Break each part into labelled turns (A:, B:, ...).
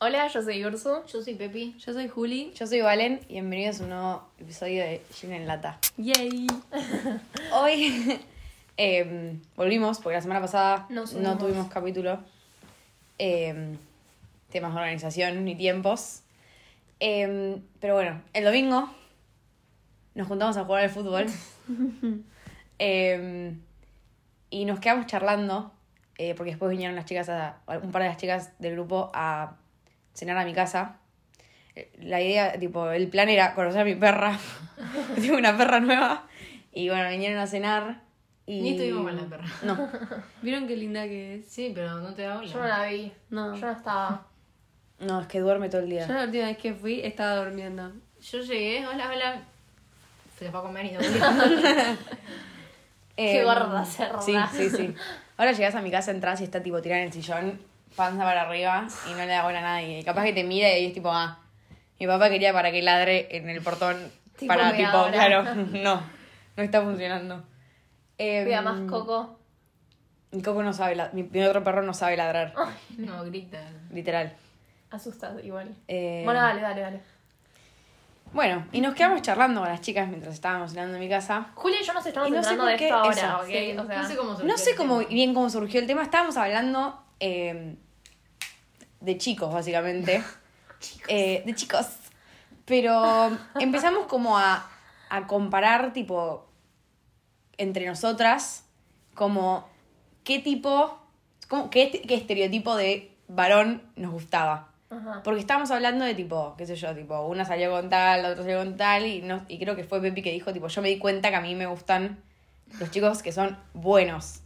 A: Hola, yo soy Ursu.
B: Yo soy Pepi.
C: Yo soy Juli.
D: Yo soy Valen y bienvenidos a un nuevo episodio de Gin en Lata.
C: Yay.
D: Hoy em, volvimos porque la semana pasada
B: No
D: no,
B: subimos.
D: tuvimos capítulo. Em, temas de organización ni tiempos. Em, pero bueno, el domingo nos juntamos a jugar al fútbol. Em, y nos quedamos charlando eh, porque después vinieron las chicas, a, un par de las chicas del grupo a cenar a mi casa. Eh, La idea, tipo, el plan era conocer a mi perra. Tengo una perra nueva. Y bueno, vinieron a cenar. Y...
B: Ni estuvimos con la perra.
D: No.
C: ¿Vieron qué linda que es?
B: Sí, pero no te hablo.
A: Yo no la vi.
C: No.
A: Yo no estaba.
D: No, es que duerme todo el
C: Yo
D: día.
C: la última vez que fui estaba durmiendo.
B: Yo llegué, hola, hola. Se fue a comer y no volvió.
A: Qué
D: Em,
A: gorda cerda.
D: Sí, sí, sí. Ahora llegas a mi casa, entras y está tipo tirada en el sillón, panza para arriba y no le da bola a nadie. Y capaz que te mira y ahí es tipo, ah, mi papá quería para que ladre en el portón.
A: Tipo
D: para tipo,
A: meadora.
D: claro, no, no está funcionando. Em,
A: Cuida más Coco.
D: Mi Coco no sabe, la- mi, mi otro perro no sabe ladrar,
A: Ah.
B: No, grita.
D: literal.
A: Asusta igual.
D: Eh,
A: Bueno, dale, dale, dale.
D: Bueno, y nos quedamos charlando con las chicas mientras estábamos cenando en mi casa.
A: Julia y yo nos estamos
D: Y no sé
A: enterando
D: por
A: de
D: qué
A: esto ahora,
D: eso,
A: ¿ok?
D: sí.
A: O sea,
B: no sé cómo surgió
D: No sé
B: el
D: cómo,
B: tema.
D: bien cómo surgió el tema. Estábamos hablando eh, de chicos, básicamente. Eh, de chicos. Pero empezamos como a, a comparar, tipo, entre nosotras, como qué tipo, cómo- qué, est- qué estereotipo de varón nos gustaba.
A: Ajá.
D: Porque estábamos hablando de tipo, qué sé yo, tipo, una salió con tal, la otra salió con tal, y, no, y creo que fue Pepi que dijo, tipo, yo me di cuenta que a mí me gustan los chicos que son buenos.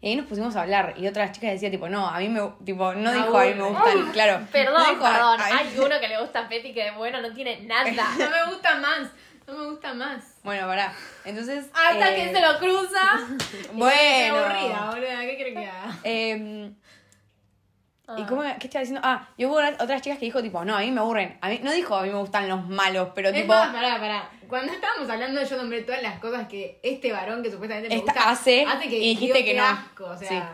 D: Y ahí nos pusimos a hablar, y otras chicas decía tipo, no, a mí me, tipo,
B: Ah,
D: no dijo a mí me gustan, claro.
A: Perdón,
D: No dijo, a-
A: perdón.
D: a mí-
A: Hay uno que le gusta a Petty que de bueno no tiene nada.
B: No me gusta más. No me gusta más.
D: Bueno, pará. Entonces.
A: Hasta
D: eh,
A: que se lo cruza.
B: Qué aburrida,
D: Bueno.
B: boluda. ¿Qué crees que haga?
D: Eh, ¿Y cómo, era? qué estaba diciendo? Ah, y hubo una- otras chicas que dijo, tipo, no, a mí me aburren. A mí, no dijo, a mí me gustan los malos, pero
B: Es
D: tipo.
B: más, pará, pará. Cuando estábamos hablando, yo nombré todas las cosas que este varón que supuestamente me
D: Esta-
B: gusta
D: hace,
B: hace que
D: y dijiste
B: digo,
D: que
B: qué
D: no.
B: asco, o sea,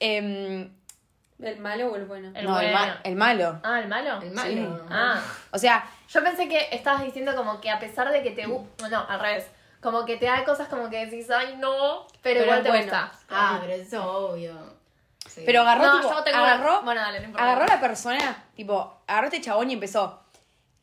D: em,
C: ¿El malo o el bueno?
A: El
D: no, el,
A: bueno.
D: ma- el malo.
A: Ah, ¿el malo?
B: el malo.
A: Ah.
D: O sea,
A: Yo pensé que estabas diciendo como que a pesar de que te gusta. No, al revés. Como que te da cosas como que decís, ay, no, pero,
C: Pero
A: igual te
C: bueno.
A: gusta.
B: Ah, pero eso obvio. Sí.
D: pero agarró,
A: No,
D: tipo,
A: yo tengo-
D: agarró,
A: bueno, dale, no importa.
D: agarró la persona, tipo, agarró este chabón y empezó.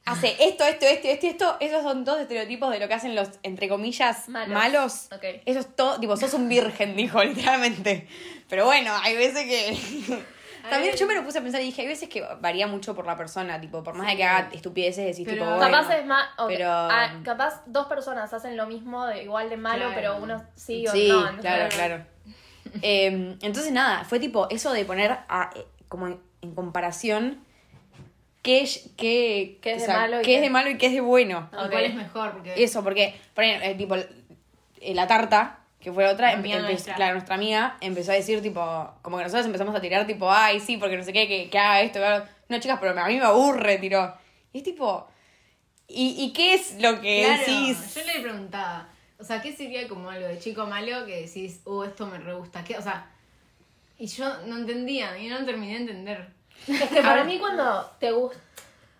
D: Hace esto, esto, esto, esto, y esto. Esos son dos estereotipos de lo que hacen los, entre comillas,
A: Malos.
D: malos.
A: Ok.
D: Eso es todo, tipo, sos un virgen, dijo, literalmente. Pero bueno, hay veces que. También yo me lo puse a pensar y dije, hay veces que varía mucho por la persona, tipo, por más de que haga estupideces, decís,
B: Pero-
D: tipo, bueno.
A: Capaz es más. ok.
D: pero-
A: Ah, capaz dos personas hacen lo mismo, de igual de malo,
B: Claro.
A: pero uno sí o
D: Sí,
A: no. entonces-
D: claro, claro. Eh, entonces, nada, fue tipo eso de poner a, eh, como en, en comparación qué, es- qué,
A: Qué es de malo y
D: qué
A: qué-
D: es de malo y qué es de bueno.
B: ¿Y
A: ok.
B: ¿Cuál es mejor? Porque
D: Eso, porque, por ejemplo, eh, tipo, eh, la tarta, que fue otra,
B: La
D: em-
B: amiga
D: empezó-
B: nuestra.
D: claro, nuestra amiga empezó a decir, tipo, como que nosotros empezamos a tirar, tipo, ay, sí, porque no sé qué, que, que haga esto, que haga lo- No, chicas, pero a mí me aburre, tiró. Y es tipo, ¿y, y qué es lo que
B: Claro,
D: decís?
B: Yo le preguntaba, o sea, ¿qué sería como algo de chico malo que decís, uh, esto me re gusta? ¿Qué? O sea, y yo no entendía, y no terminé de entender.
A: Es que para mí cuando te gusta,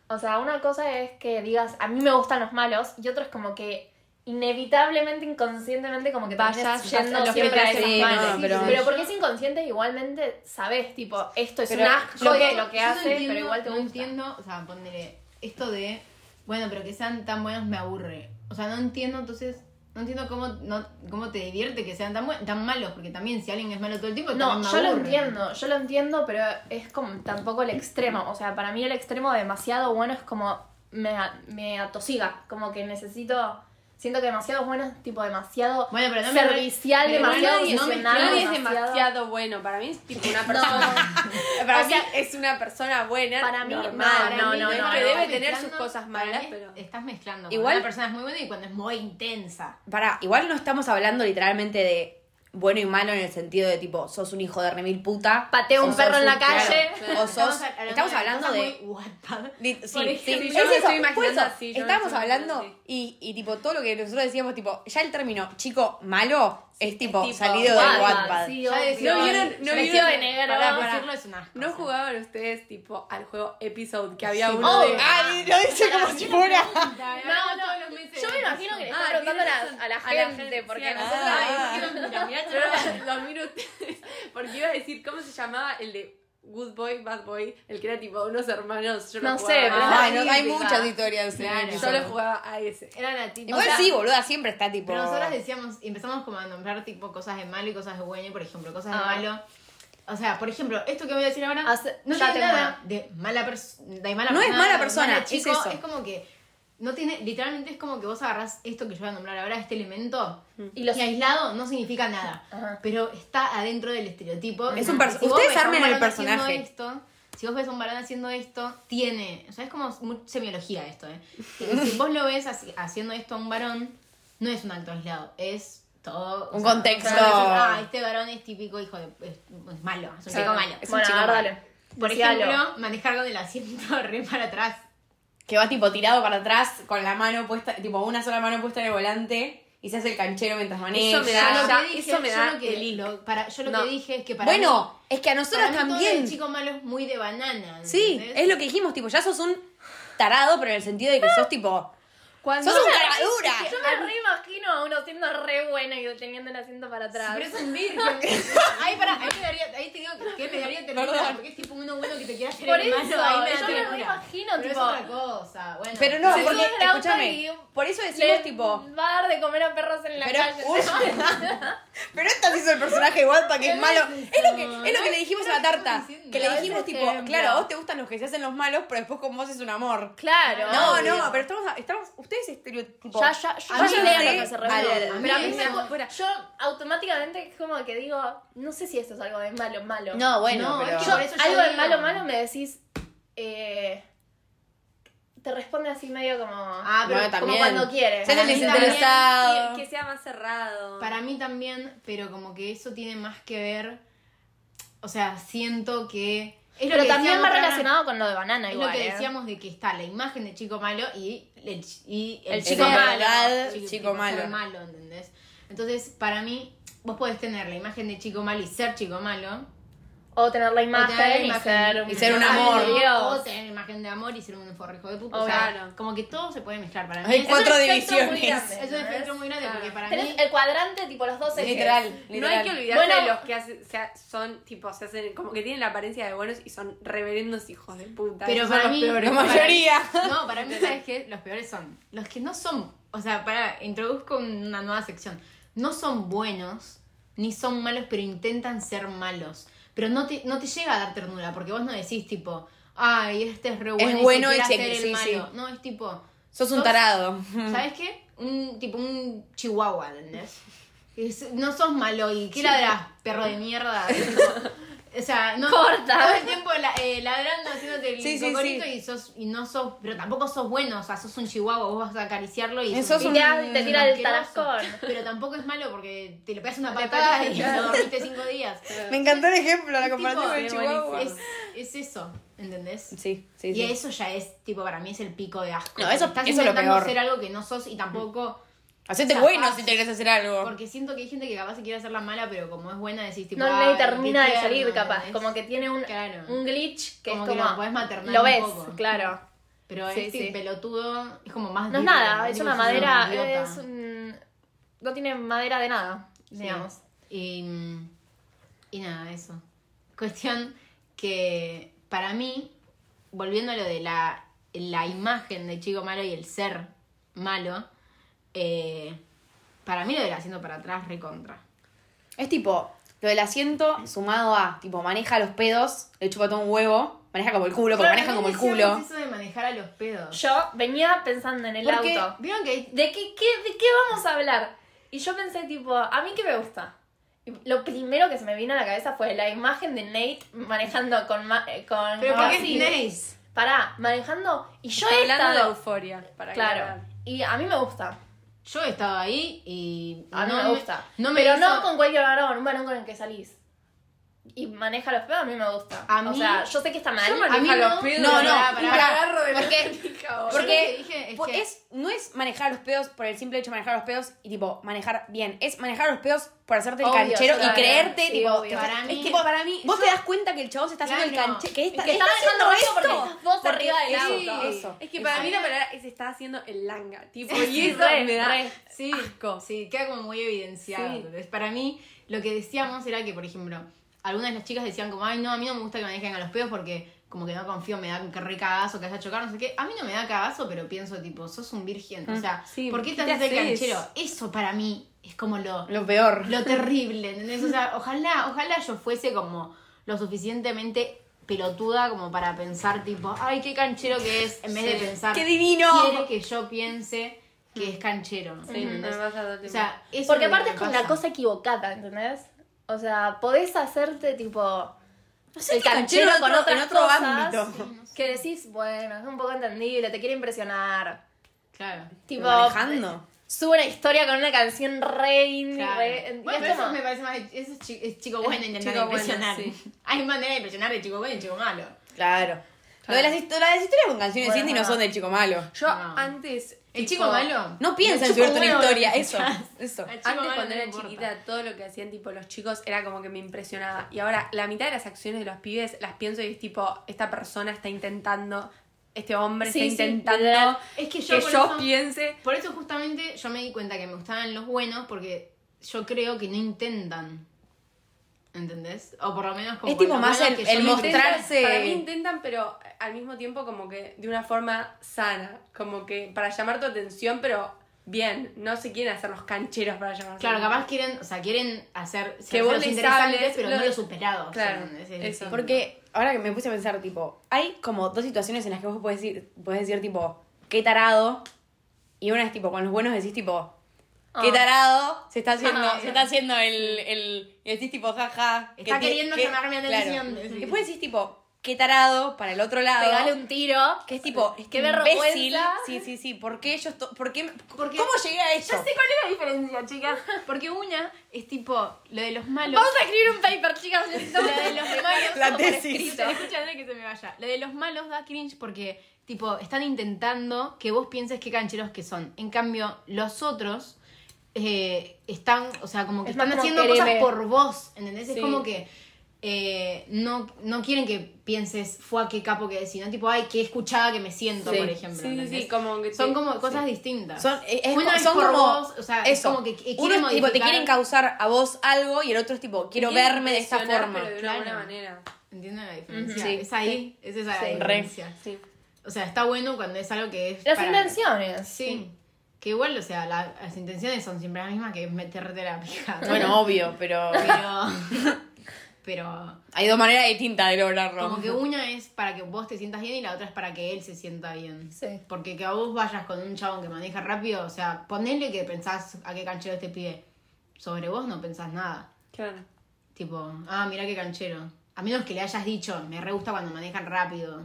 A: o sea, una cosa es que digas, a mí me gustan los malos, y otra es como que inevitablemente, inconscientemente, como que
C: Vayas
A: vayas
C: a
A: yendo
C: los que
A: siempre
C: te
A: a esos
D: hacen-
A: malos.
D: Sí, no,
A: pero,
D: pero-
A: porque es inconsciente, igualmente sabes, tipo, esto es
D: Pero
A: un asco
D: lo
A: de
D: que-
A: lo que
B: Yo no
A: hace,
B: entiendo,
A: pero igual te
B: No
A: gusta.
B: entiendo, o sea, ponele esto de, bueno, pero que sean tan buenos me aburre. O sea, no entiendo, entonces, no entiendo cómo, no, cómo te divierte que sean tan, buen- tan malos, porque también si alguien es malo todo el tiempo,
A: No,
B: también me
A: yo lo
B: aburre.
A: entiendo, yo lo entiendo, pero es como tampoco el extremo. O sea, para mí el extremo demasiado bueno es como me, me atosiga, como que necesito, siento que demasiado bueno es tipo demasiado
B: Bueno, pero no me-
A: servicial,
B: pero
A: demasiado
B: nadie- no me-
A: obsesional,
C: Nadie es demasiado bueno. Para mí es tipo una persona.
D: Para
A: O
D: mí
A: sea,
D: es una persona buena.
A: para mí,
D: normal.
A: no, no, no,
D: que
A: no, no.
D: debe
B: Estás
D: tener sus
B: mezclando-
D: cosas
B: para
D: malas,
B: mí
D: pero.
B: Estás mezclando. Igual.
D: Igual-
B: Una persona es muy buena y cuando es muy intensa.
D: Pará, igual no estamos hablando literalmente de bueno y malo en el sentido de tipo, sos un hijo de remil puta.
A: Pateo
D: o
A: un
D: sos
A: perro en la
D: claro,
A: calle.
D: o sos. Estamos hablando de.
B: Muy, what the-
D: Li- Sí,
B: Por
D: sí,
B: ejemplo,
D: es
C: yo me
D: eso,
C: estoy
D: por eso,
C: imaginando así, yo me
D: Estábamos
C: estoy imaginando
D: hablando y, y tipo todo lo que nosotros decíamos, tipo, ya el término chico malo es tipo
C: tipo
D: salido de
A: Wattpad,
D: Wattpad.
A: sí,
B: Ya
A: obvio.
B: decía-
C: No vieron- no
A: Vestido
C: vieron-
A: de negro.
B: Para,
C: pará.
B: decirlo es una.
C: ¿No jugaban ustedes tipo al juego Episode que había uno
A: Oh,
C: de... Ah,
D: Ay, lo dice como si fuera.
A: No, no, Yo me imagino que le está
C: Ah,
A: preguntando a la,
C: tiene razón.
A: a la
C: A la
A: gente,
C: gente, sí,
A: porque
C: a la
A: nosotros...
D: Ah.
C: gente. Pero los miro a ustedes. Porque iba a decir, ¿cómo se llamaba el de Good Boy, Bad Boy? El que era tipo unos hermanos. Yo
A: No
C: jugaba
A: sé,
C: a
A: pero-
C: ese.
D: Ay, no, hay
B: típica.
D: muchas historias. en
B: Claro.
D: el
C: Yo
D: episodio.
C: lo jugaba a ese.
B: Era la típica.
D: Igual sí, boluda, siempre está tipo.
B: Pero nosotras decíamos, empezamos como a nombrar tipo cosas de malo y cosas de bueno, y por ejemplo, cosas de
A: Ah.
B: malo. O sea, por ejemplo, esto que voy a decir ahora
A: Hace-
B: no
A: ya
B: tiene
A: te
B: nada de mala, pers- de mala
D: No es mala
B: de
D: persona,
B: mala
D: es
B: chico,
D: eso.
B: Es como que no tiene, literalmente es como que vos agarrás esto que yo voy a nombrar ahora, este elemento,
A: Y los-
B: aislado no significa nada,
A: Ajá.
B: pero está adentro del estereotipo.
D: Es un perso-
B: vos
D: ustedes
B: ves a un
D: armen el
B: varón haciendo
D: personaje.
B: esto, si vos ves a un varón haciendo esto, tiene. O sea, es como mu- semiología esto, ¿eh? Y si vos lo ves así- haciendo esto a un varón, no es un acto aislado, es todo. o
D: Un
B: sea,
D: contexto.
B: o sea, decís, ah, este varón es típico hijo de. Es, es malo, es un
A: Claro.
B: chico malo.
D: Es un
A: Bueno,
D: chico
A: a ver,
D: malo.
A: dale.
B: Por
A: Decíalo.
B: ejemplo, manejar con el asiento re para atrás.
D: Que va tipo tirado para atrás con la mano puesta, tipo una sola mano puesta en el volante y se hace el canchero mientras maneja.
C: me da-
B: Yo lo
C: ya,
B: que dije-
C: eso me da
B: yo lo que,
C: el hilo.
B: lo- para, yo lo
C: No.
B: que dije es que para.
D: Bueno, es que a nosotras
B: El
D: también.
B: chico malo es muy de banana.
D: Sí, es lo que dijimos, tipo, ya sos un tarado, pero en el sentido de que sos tipo.
C: Cuando-
D: ¡Sos un
A: Claro,
D: caradura!
A: es que Yo me reimagino a uno siendo re bueno y teniendo el asiento para atrás.
B: Pero es un virgen. ahí, para, ahí, me daría, ahí te digo que me daría ternura.
D: Perdón.
B: Porque es tipo uno bueno que te quiere hacer
A: Por
B: el malo,
A: eso,
B: ahí me da
A: yo me
B: ternura.
A: reimagino,
B: Pero
A: tipo-
B: es otra cosa. Bueno,
D: Pero no,
A: Se sube
D: porque,
A: al auto
D: escúchame,
A: y-
D: por eso decimos,
A: Le
D: tipo.
A: va a dar de comer a perros en la
D: Pero,
A: calle.
D: Uy, pero esta se hizo el personaje igual para que es malo. Es lo que, es lo que le dijimos a la tarta.
B: diciendo.
D: Que le dijimos,
A: Ese
D: tipo,
A: ejemplo.
D: claro, a vos te gustan los que se hacen los malos, pero después con vos es un amor.
A: Claro.
D: No,
B: obvio.
D: no, pero estamos, estamos ustedes estereotipos.
A: Ah, Ya, ya, yo
D: A
A: ya
D: mí
A: sé
D: me-
A: a lo que se refiere.
D: al-
B: a mí
A: Pero a mí
B: me-
A: me acuerdo- Yo automáticamente es como que digo, no sé si esto es algo de malo, malo.
D: No, bueno,
B: No,
D: pero.
B: es
A: Yo-
B: por eso yo
A: algo de
B: digo.
A: malo, malo me decís. Eh, te responde así medio como.
B: Ah, pero
D: Bueno,
A: como
D: también.
A: cuando quieres.
D: Ser el
B: Para mí
D: desinteresado.
C: Que, que sea más cerrado.
B: Para mí también, pero como que eso tiene más que ver. O sea, siento que. Es
A: Pero también
B: decíamos
A: va
B: para-
A: relacionado con lo de banana,
B: Es
A: igual.
B: lo que
A: ¿eh?
B: decíamos de que está la imagen de chico malo y el, ch- y
A: El chico
B: ser
A: malo,
D: el chico
B: que puede ser
D: malo.
B: malo, ¿entendés? Entonces, para mí, vos podés tener la imagen de chico malo y ser chico malo.
A: O tener la
B: o
A: imagen,
B: tener la
A: y ser un,
D: y ser un amor.
A: Dios.
B: O tener la imagen de amor y ser un forrejo de puta.
A: Oh,
B: o sea,
C: claro.
B: como que todo se puede mezclar para mí.
D: Hay
B: Es-
D: cuatro
A: un espectro muy
D: divisiones.
A: grande.
B: es un espectro muy grande
C: Claro.
B: porque para mí...
A: Ah. Tenés el cuadrante, tipo los dos ejes.
D: Literal,
C: No hay que
D: literal.
C: olvidarse
A: Bueno.
C: de los que hace- sea- son, tipo, se hacen, como que tienen la apariencia de buenos y son reverendos hijos de puta.
B: Pero
C: Esos
B: para
C: son
B: mí,
C: los peores.
D: La mayoría.
B: No, para mí, ¿sabes qué? Los peores son los que no son. O sea, para, introduzco una nueva sección. No son buenos, ni son malos, pero intentan ser malos. Pero no te, no te llega a dar ternura, porque vos no decís, tipo, ay, este es re bueno. y se
D: bueno
B: quiere
D: y se-
B: hacer el
D: sí,
B: malo. No, es tipo,
D: Sos un
B: Sos-
D: tarado.
B: ¿sabes qué? Un tipo, un chihuahua, ¿entendés? Es- no sos malo y ¿qué ladrás, perro de mierda? O sea, no
A: Corta.
B: todo el tiempo la- eh, ladrando, haciéndote el
D: Sí, sí,
B: cocorito
D: sí.
B: y sos, y no sos, pero tampoco sos bueno, o sea, sos un chihuahua, vos vas a acariciarlo y
D: Eh,
B: sos
D: sos
A: Y
D: un-
A: te, te tira el
B: asqueroso.
A: tarascón.
B: Pero tampoco es malo porque te le pegas una patada y no dormiste cinco días.
D: Me encantó el ejemplo, la
B: Es
D: comparación
B: tipo-
D: con el Chihuahua.
B: Es, es eso, ¿entendés?
D: Sí, sí,
B: Y
D: sí.
B: eso ya es, tipo, para mí es el pico de asco.
D: No, eso-
B: Estás
D: eso es lo
B: intentando
D: peor.
B: ser algo que no sos y tampoco...
D: Hacete
B: Capaz.
D: bueno si te querés hacer algo.
B: Porque siento que hay gente que capaz se quiere hacer la mala, pero como es buena decís tipo.
A: no
B: "Ay,
A: le termina
B: qué
A: de
B: tierno",
A: salir, capaz.
B: ¿entendés?
A: Como que tiene un,
B: Claro.
A: un glitch que
B: Como
A: es
B: que
A: como.
B: lo podés maternar
A: lo
B: un
A: ves,
B: poco.
A: claro.
B: Pero
A: Sí,
B: este
A: sí.
B: pelotudo es como más.
A: No es
B: virgen,
A: nada, es
B: digo,
A: una
B: un
A: madera.
B: idiota.
A: Es un- no tiene madera de nada,
B: Sí.
A: digamos.
B: Y, y nada, eso. Cuestión que para mí, volviendo a lo de la, la imagen de chico malo y el ser malo, eh, para mí lo del haciendo para atrás recontra.
D: Es tipo, lo del asiento sumado a, tipo, maneja los pedos, le chupa todo un huevo, maneja como el culo, porque maneja como el culo.
B: Eso de manejar a los pedos.
A: Yo venía pensando en el
B: Porque,
A: auto.
B: ¿Vieron que hay
A: ¿De qué, qué- de qué vamos a hablar? Y yo pensé, tipo, ¿a mí qué me gusta? Y Lo primero que se me vino a la cabeza fue la imagen de Nate manejando con. ma- eh, con
B: Pero
A: con
B: porque
A: así.
B: es
A: Pará, manejando. Y yo he
C: Hablando de
A: estado.
C: euforia. Para
A: Claro.
C: aclarar.
A: Y a mí me gusta.
B: Yo he estado ahí y
A: A mí
B: no
A: me gusta.
B: No me
A: pero
B: hizo-
A: no con cualquier varón, un varón con el que salís. y maneja los pedos, a mí me gusta.
B: A
A: o
B: mí-
A: sea, yo sé que está mal.
C: Yo
B: A mí
C: manejo
B: no.
C: los pedos,
D: No, no,
C: pará, pará,
D: pará,
C: me agarro de la
D: porque-
C: pija, boludo.
B: Yo lo que
D: Porque
B: dije es
D: po-
B: que-
D: Pues es- no es manejar los pedos por el simple hecho de manejar los pedos y tipo manejar bien, es manejar los pedos por hacerte el
A: Obvio,
D: canchero y
A: claro,
D: creerte,
A: sí,
D: tipo,
A: obvio.
D: te-
B: Para mí-
D: es que para mí vos te das cuenta que el chavo se está haciendo el
B: Claro.
D: canchero, que, está,
A: que
D: está
A: está
D: haciendo
A: manejando porque
D: esto.
A: estás vos
D: Porque-
A: arriba del
D: sí,
A: auto.
D: Eso.
C: Es que para
B: Eso.
C: mí la palabra es está haciendo el langa, tipo, y
A: Sí,
C: eso
A: re,
C: me da
A: re.
B: Sí, sí, queda como muy evidenciado.
C: Sí.
B: ¿entendés? Para mí, lo que decíamos era que, por ejemplo, algunas de las chicas decían como, ay, no, a mí no me gusta que manejen a los pedos porque como que no confío, me da un re cagazo que haya chocado, no sé qué. A mí no me da cagazo, pero pienso, tipo, sos un virgen. O sea,
C: Ah, Sí,
B: ¿por qué te
C: ¿qué te
B: haces el
C: haces?
B: canchero? Eso para mí es como lo,
D: Lo peor.
B: lo terrible, ¿entendés? O sea, ojalá, ojalá yo fuese como lo suficientemente pelotuda como para pensar tipo, ay, qué canchero que es, en vez de pensar,
D: ¡Qué divino!
B: quiere que yo piense que es canchero.
C: Sí,
B: ¿entendés?
C: me vas a dar
B: O sea,
A: Porque
B: eso es lo que
A: aparte
B: me
A: es con
B: pasa.
A: la cosa equivocada, ¿entendés? O sea, podés hacerte tipo
D: sé,
A: el
D: este
A: canchero
D: canchero
A: con
D: en otro-
A: otras
D: en otro
A: cosas
D: ámbito.
A: que decís, bueno, es un poco entendible, te quiere impresionar.
B: Claro.
A: Tipo,
D: manejando.
A: sube una historia con una canción re indie,
B: claro.
A: re- y
B: Bueno,
A: es
B: pero
A: como-
B: eso me parece más. Eso es chi- es chico bueno intentando
C: chico bueno,
B: impresionar.
C: sí.
B: Hay manera de impresionar de chico bueno y chico malo.
D: Claro. Lo de las, histo- las historias con canciones
A: Bueno,
D: indie no
A: nada.
D: son del chico malo.
C: Yo
B: No.
C: antes.
B: El
C: tipo,
B: chico malo.
D: No piensa en
B: chico
D: subirte una
B: bueno,
D: historia,
B: lo
D: eso, eso.
B: El chico
C: Antes
B: malo
C: cuando
B: no
C: era
B: importa.
C: chiquita, todo lo que hacían tipo los chicos era como que me impresionaba. Y ahora la mitad de las acciones de los pibes las pienso y es tipo, esta persona está intentando, este hombre
A: Sí,
C: está
A: sí,
C: intentando
A: literal.
B: Es que
C: que
B: yo
C: yo,
B: por eso-
C: piense.
B: Por eso justamente yo me di cuenta que me gustaban los buenos porque yo creo que no intentan. ¿Entendés? O por lo menos como
D: Es tipo
B: los
D: más
B: buenos
D: el-
B: que yo
D: el
B: no-
D: mostrar- Mostrarse-
C: Para mí intentan, pero al mismo tiempo como que de una forma sana, como que para llamar tu atención, pero bien, no se quieren hacer los cancheros para llamar tu
B: Claro,
C: atención.
B: capaz quieren, o sea, quieren hacer
C: Que vos
B: los
C: les
B: interesantes,
C: hables,
B: pero
C: lo-
B: no los superados.
C: Claro,
B: ¿entendés? Es
C: eso.
B: distinto.
D: Porque ahora que me puse a pensar, tipo, hay como dos situaciones en las que vos podés decir, podés decir tipo, qué tarado. Y una es tipo, con los buenos decís tipo, qué
A: Ah.
D: tarado, se está haciendo,
B: Ah,
D: se está haciendo el, el. Y decís tipo, jaja.
B: Está queriendo llamarme
D: la
B: atención. Sí.
D: Después decís tipo, qué tarado para el otro lado.
A: Pegale un tiro.
D: que es tipo, es que
A: Qué
D: imbécil.
A: vergüenza.
D: Sí, sí, sí. ¿Por qué yo estoy.? ¿Por qué.?
B: Porque-
D: ¿Cómo llegué a
B: Ya
D: eso?
B: sé cuál es la diferencia, chicas. Porque una es tipo lo de los malos.
A: Vamos a escribir un paper, chicas.
B: Lo de los malos.
D: La
B: por
D: tesis.
B: escrito. Escucha, Andrea, que se me vaya. Lo de los malos da cringe porque, tipo, están intentando que vos pienses qué cancheros que son. En cambio, los otros eh, están, o sea, como que
A: Es más
B: están
A: como
B: haciendo
A: quereme.
B: cosas por vos, ¿entendés?
C: Sí.
B: Es como que eh, no, no quieren que pienses, fue qué capo que decís, no tipo, ay, qué escuchada que me siento,
D: Sí.
B: por ejemplo.
C: Sí, sí, sí,
B: ¿entendés?
C: como que
B: Son
C: te-
B: como cosas distintas.
D: Son, eh, es
B: Uno
D: co-
B: es
D: son
B: por
D: como.
B: vos, o sea, es
D: eso.
B: como que qu-
D: Uno
B: quiere
D: es tipo, te
B: modificar-
D: quieren causar a vos algo y el otro es tipo, quiero
C: quieren
D: verme de esta
C: impresionar,
D: forma.
C: pero de una buena
B: Claro.
C: manera.
B: ¿Entienden la diferencia?
D: Ujú. Sí.
B: Es ahí, esa es la
A: Sí.
B: diferencia.
C: Sí.
B: O sea, está bueno cuando es algo que es.
A: Las
B: para-
A: intenciones.
B: Sí. Que igual, o sea, la- las intenciones son siempre las mismas que meterte la pija. ¿no?
D: Bueno, obvio, pero
B: Pero. pero.
D: hay dos maneras distintas de lograrlo.
B: Como que una es para que vos te sientas bien y la otra es para que él se sienta bien.
A: Sí.
B: Porque que a vos vayas con un chabón que maneja rápido, o sea, ponele que pensás a qué canchero te pide. Sobre vos no pensás nada.
C: Claro.
B: Tipo, ah, mira qué canchero. A menos que le hayas dicho, me re gusta cuando manejan rápido.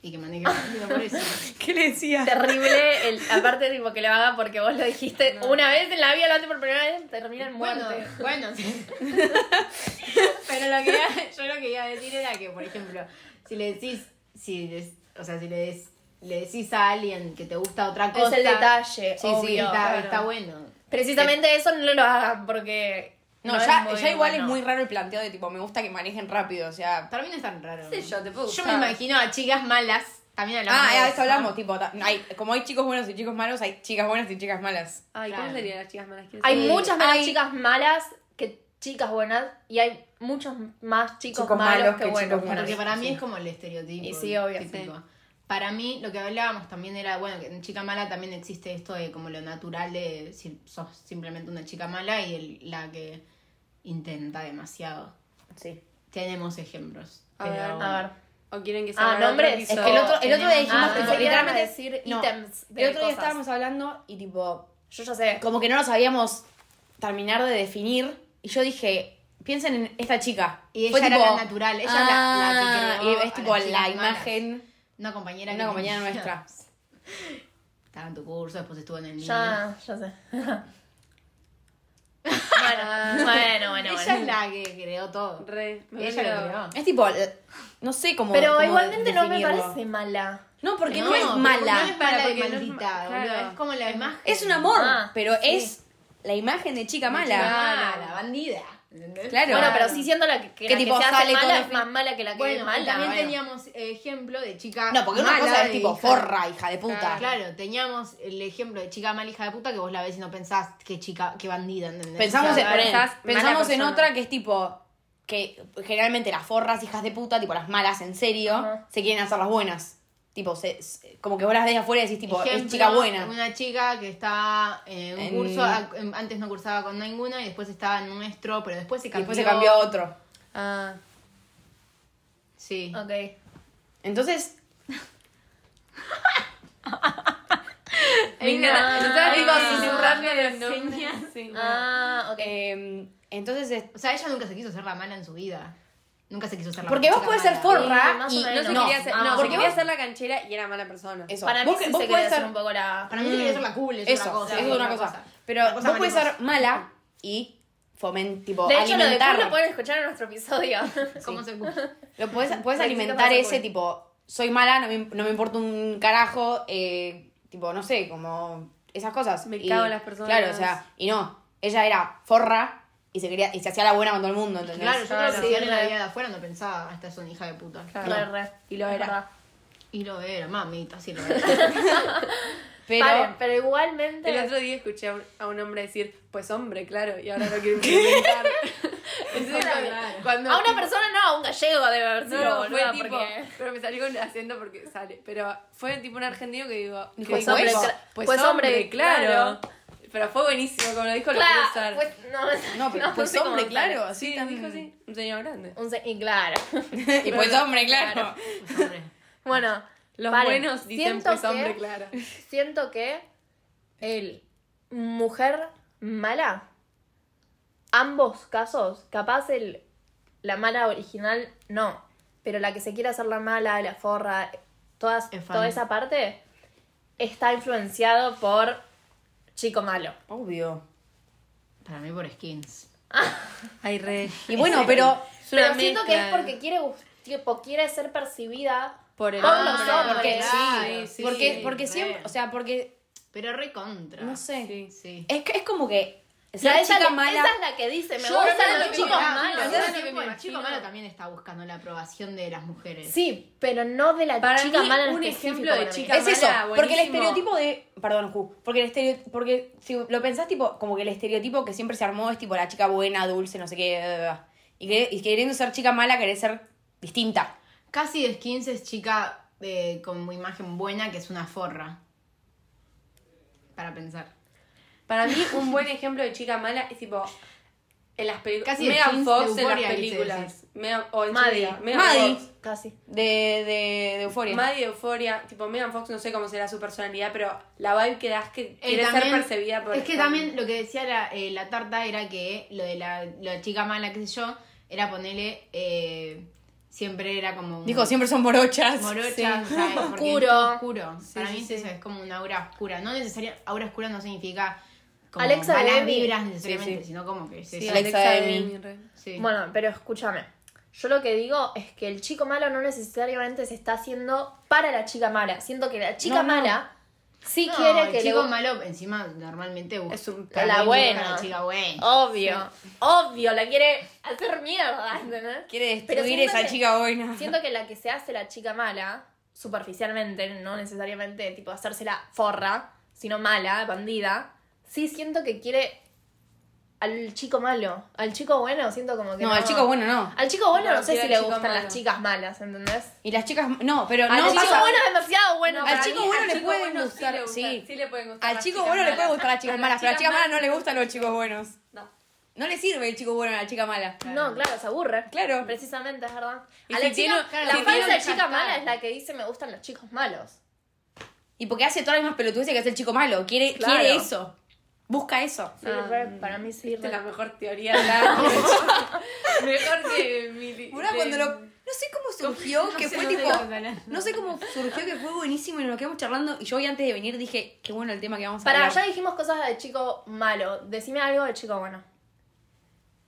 B: Y que manejen rápido por eso.
D: ¿Qué le decía?
A: Terrible, el, aparte tipo que lo haga porque vos lo dijiste una vez en la vida, lo hace por primera vez, termina en muerte.
B: Bueno, bueno. sí. Pero lo que iba- yo lo que iba a decir era que, por ejemplo, si le decís, si des- o sea, si le, des- le decís a alguien que te gusta otra cosa.
A: es el detalle,
B: Sí,
A: obvio,
B: sí, está,
A: claro.
B: está bueno.
A: Precisamente eso no lo hagan porque...
D: No, ya,
A: es muy
D: ya igual
A: bueno.
D: es muy raro el planteo de tipo, me gusta que manejen rápido, o sea.
B: Para mí no es tan raro.
C: Sí, yo te puedo
B: Yo me
C: gustar.
B: imagino a chicas malas, también hablamos.
D: Ah,
B: de
D: a eso hablamos, tipo, ta- hay, como hay chicos buenos y chicos malos, hay chicas buenas y chicas malas.
C: Ay,
B: Claro.
C: ¿cómo serían las chicas malas? ¿Quiénes
A: Hay
C: son?
D: Sí,
A: muchas menos
D: hay-
A: chicas malas que chicas buenas y hay muchos más chicos,
D: Chicos
A: malos,
D: malos
A: que,
D: que
A: buenos.
D: chicos buenos.
B: Porque para mí
D: sí.
B: es como el estereotipo.
A: Y sí, obvio,
B: típico.
A: sí.
B: Para mí lo que hablábamos también era, bueno, que en chica mala también existe esto de como lo natural de si sos simplemente una chica mala y el- la que intenta demasiado.
D: Sí.
B: Tenemos ejemplos.
C: A
B: pero-
C: ver.
A: A ver.
C: ¿O quieren que se
A: Ah, nombres.
D: Es que el otro, el otro día
B: Tenemos-
D: dijimos,
A: Ah,
D: tipo,
A: pensé que
D: literalmente.
A: ibas a decir
D: no,
A: ítems de
D: el otro día
A: cosas.
D: estábamos hablando y tipo,
A: Yo ya sé.
D: como que no lo sabíamos terminar de definir. Y yo dije, piensen en esta chica.
B: Y
D: Fue
B: ella era
D: tipo, "Ah",
B: la natural, ella la- la que creó
D: y es
B: a
D: tipo
B: las chicas
D: la
B: malas.
D: imagen.
B: Una compañera.
D: Una
B: que-
D: compañera nuestra.
B: Estaba en tu curso, después estuvo en el mío.
A: Ya, ya sé. Bueno, bueno, bueno.
B: Ella
A: bueno.
B: es la que creó todo.
C: Re, me
B: Ella
C: hubiera
B: lo
C: quedado.
B: creó.
D: Es tipo, eh, no sé cómo.
A: Pero
D: cómo
A: igualmente no me
D: definirlo.
A: parece mala.
D: No, porque no,
B: pero
D: es
B: No
D: mala.
B: es mala
C: porque
B: y
C: no es
B: maldita,
C: ma-
B: boludo,
C: claro.
B: Es como la imagen.
D: Es un amor,
A: Ah,
D: pero es la imagen de chica mala.
B: Mala, la bandida. ¿entendés?
D: Claro.
A: Bueno, pero sí siendo la que, que
D: Que
A: la que
D: tipo
A: se hace
D: sale con
A: mala
D: el
A: es
D: fin-
A: más mala que la que
B: Bueno,
A: es mala.
B: también
A: bueno.
B: teníamos ejemplo de chica.
D: No, porque una
B: mala
D: cosa es
B: y
D: tipo
B: hija-
D: forra, hija de puta.
B: Claro, teníamos el ejemplo de chica mala, hija de puta, que vos la ves y no pensás qué chica, qué bandida, ¿entendés?
D: Pensamos,
B: O sea,
D: en,
C: Claro,
D: pensás-
C: mala
D: pensamos en
C: persona.
D: otra que es tipo. Que generalmente las forras, hijas de puta, tipo las malas en serio,
A: Ajá.
D: se quieren hacer las buenas. Tipo, se- se- como que vos las ves afuera y decís, tipo,
B: ejemplo,
D: es chica buena.
B: Una chica que estaba en un
D: En-
B: curso, a- en- antes no cursaba con ninguno y después estaba en nuestro, pero después se
D: Y
B: cambió.
D: después se cambió a otro.
C: Ah,
B: Sí.
A: Ok.
D: Entonces,
C: me encanta. Estaba tipo susurrando los nombres. Sí,
A: Ah, ok.
D: eh, entonces es-
B: O sea, ella nunca se quiso ser la mala en su vida. Nunca se quiso ser la
D: Porque vos
B: chica
D: podés ser
A: Sí,
B: mala.
D: forra
A: más o
D: y
A: menos.
C: No se
A: No,
C: quería hacer,
A: ah,
C: no, se
D: porque
C: quería
D: vos-
C: hacer la canchera y era mala persona.
D: eso.
A: Para mí
D: vos,
A: sí
D: vos
A: se
D: podés
A: quería
D: ser
A: hacer un poco la...
B: Para mí se quería ser la cool, es
D: Eso,
B: una cosa.
D: eso es una cosa. Pero
B: Una
D: vos
B: cosa
D: puedes
B: mariposa.
D: ser mala y fomen, tipo,
A: De hecho, lo de
D: alimentar.
A: cool lo pueden escuchar en nuestro episodio.
B: ¿Cómo se cool?
D: Lo podés, podés
A: La chica
D: alimentar
A: pasa
D: ese
A: cool.
D: tipo, soy mala, no me, im- no me importa un carajo, eh, tipo, no sé, como esas cosas.
C: Me cago en las personas.
D: Claro, o sea, y no, ella era forra y se quería y se hacía la buena con todo el mundo, ¿entendés?
B: Claro, yo creo
A: Claro,
B: que
A: sí,
B: si alguien la
A: re.
B: veía de afuera no pensaba, "Ah, esta es una hija de puta.
A: Re, re.
C: Y lo
A: Es
C: era.
A: verdad.
B: Y lo era, mamita, sí lo era.
D: pero
A: Paren, pero igualmente...
C: El otro día escuché a un, a un hombre decir, pues hombre, claro, y ahora no quiero implementar. Entonces, cuando, cuando-
A: a una persona no, a un gallego debe haber
C: No,
A: sido,
C: no, fue
A: boluda,
C: tipo,
A: porque...
C: pero me salió con acento porque sale, pero fue tipo un argentino que digo, que
D: Pues
C: dijo,
D: hombre,
C: eso,
A: cla-
C: pues,
A: pues
C: hombre,
A: hombre,
C: claro. Pero fue buenísimo, como lo dijo, lo quiero usar.
A: Claro, pues, no,
D: no, pero
A: no
D: pues
A: sé cómo
D: hombre,
A: sale.
D: claro, así
C: sí,
D: tan-
C: dijo así, un señor grande.
A: Un se- y claro.
D: Y pues hombre, claro.
B: Pues, hombre.
A: bueno,
C: Los
A: paren.
C: buenos dicen,
A: Siento
C: pues
A: que-
C: hombre, claro.
A: Siento que el mujer mala, ambos casos, capaz el la mala original no, pero la que se quiere hacer la mala, la forra, todas,
B: Es fan.
A: toda esa parte está influenciado por chico malo.
D: Obvio.
B: Para mí por skins.
C: Ay, re.
D: Y bueno, pero
A: Pero siento que es porque quiere gust- tipo, quiere ser percibida
C: Por el
A: por
C: hombre,
A: los
B: Ah,
A: hombres.
B: claro, sí,
D: porque porque
B: re.
D: siempre, o sea, porque
B: Pero re contra.
D: no sé.
C: Sí.
B: Sí.
D: Es que- es como que
A: O sea,
D: ser
A: esa,
D: chica
A: le-
D: mala
A: esa es la que dice, me
D: Yo
A: gustan
D: no
A: los
D: lo
A: chicos
D: digo,
B: Ah,
D: no,
A: malos.
D: no,
B: al mismo
D: no,
B: tiempo,
C: no,
B: el chico
C: no.
B: malo también está buscando la aprobación de las mujeres.
A: Sí, pero no de la
C: Para
A: chica
C: mí,
A: mala en
C: un
A: específico
C: ejemplo de
A: para mí.
C: chica
D: Es eso,
C: Camara,
D: porque el
C: buenísimo.
D: estereotipo de. Perdón, Ju. Porque el estereotipo. Porque si lo pensás, tipo, como que el estereotipo que siempre se armó es tipo la chica buena, dulce, no sé qué. bla, bla, bla. Y, que- y queriendo ser chica mala, querés ser distinta.
B: Casi de skins es chica eh, con imagen buena que es una forra. Para pensar.
C: Para mí, un buen ejemplo de chica mala es tipo. En las películas.
B: Casi el
C: Megan
B: Prince
C: Fox
B: de
C: en las
B: Euphoria,
C: películas.
B: quise
C: Megan, o en su
A: Maddie.
C: vida, Megan
D: Maddie.
C: Fox.
A: Casi.
D: De, de, de euforia.
C: Maddie de Euforia. Tipo, Megan Fox, no sé cómo será su personalidad, pero la vibe que das que
B: Eh,
C: quiere ser
B: también-
C: percibida por.
B: Es que también lo que decía la, eh, la tarta era que lo de la, lo de chica mala, qué sé yo, era ponerle. eh, siempre era como. un-
D: Dijo, siempre son morochas.
B: morocha,
C: Sí.
B: ¿sabes? Porque
A: Oscuro.
B: es todo oscuro. Para
C: sí,
B: mí es
C: sí.
B: eso, es como una aura oscura. No necesaria, aura oscura no significa como
A: Alexa
B: malas
A: Debbie.
B: vibras necesariamente, sino como que es
C: Sí,
B: eso.
D: Alexa Demi.
C: Demi, re.
B: Sí.
A: Bueno, pero escúchame. Yo lo que digo es que el chico malo no necesariamente se está haciendo para la chica mala. Siento que la chica
D: No, no.
A: mala sí
B: No,
A: quiere que
B: el
A: le
B: chico
A: gu-
B: malo encima normalmente busca
C: Es un-
A: la
B: busca
A: buena.
B: la chica buena.
A: Obvio, obvio, la quiere hacer mierda, ¿entendés?
D: Quiere
A: Pero
D: destruir
A: siento
D: esa
A: que-
D: chica buena.
A: Siento que la que se hace la chica mala, superficialmente, no necesariamente tipo hacérsela forra, sino mala, bandida, sí siento que quiere al chico malo. Al chico bueno siento como que
D: No, al chico bueno no.
A: Al chico bueno
C: No,
A: no, sé
C: quiere
A: si
C: al
A: le
C: chico
A: gustan
C: malo.
A: las chicas malas, ¿entendés?
D: Y las chicas. No, pero
A: al
D: Ah, no
A: chico
D: pasa.
A: bueno es demasiado Ah, bueno.
C: No,
A: al
C: para
A: chico
C: mí,
D: bueno le
C: chico
D: pueden
C: bueno
D: gustar,
C: Sí, le
D: sí.
C: sí le pueden gustar.
D: Al
C: las
D: chico
C: chicas
D: bueno le
C: malas.
D: puede gustar a las chicas malas, pero a las chicas malas no le gustan los chicos buenos.
C: No.
D: No le sirve el chico bueno a la chica mala.
A: No, claro, se aburre.
D: Claro.
A: Precisamente, es verdad.
C: Y
A: A
C: si
A: la,
C: tiene-
A: chica-
C: claro,
A: la
C: si
A: falsa
C: tiene un
A: chica
C: hashtag.
A: mala es la que dice me gustan los chicos malos.
D: Y porque hace todas las mismas pelotudeces que hace el chico malo. Quiere,
A: Claro.
D: quiere eso. Busca eso.
A: Sí,
C: Ah,
A: re, para mí sí.
C: Esta
A: re.
C: es la mejor teoría del año. Mejor que mi.
D: Boluda,
C: de-
D: cuando lo. No sé cómo surgió, que
B: sé,
D: fue
B: no sé
D: tipo.
B: cómo ganar.
D: No sé cómo surgió, que fue buenísimo y nos quedamos charlando. Y yo hoy antes de venir dije, qué bueno el tema que vamos a
A: Para,
D: hablar.
A: ya dijimos cosas de chico malo. Decime algo de chico bueno.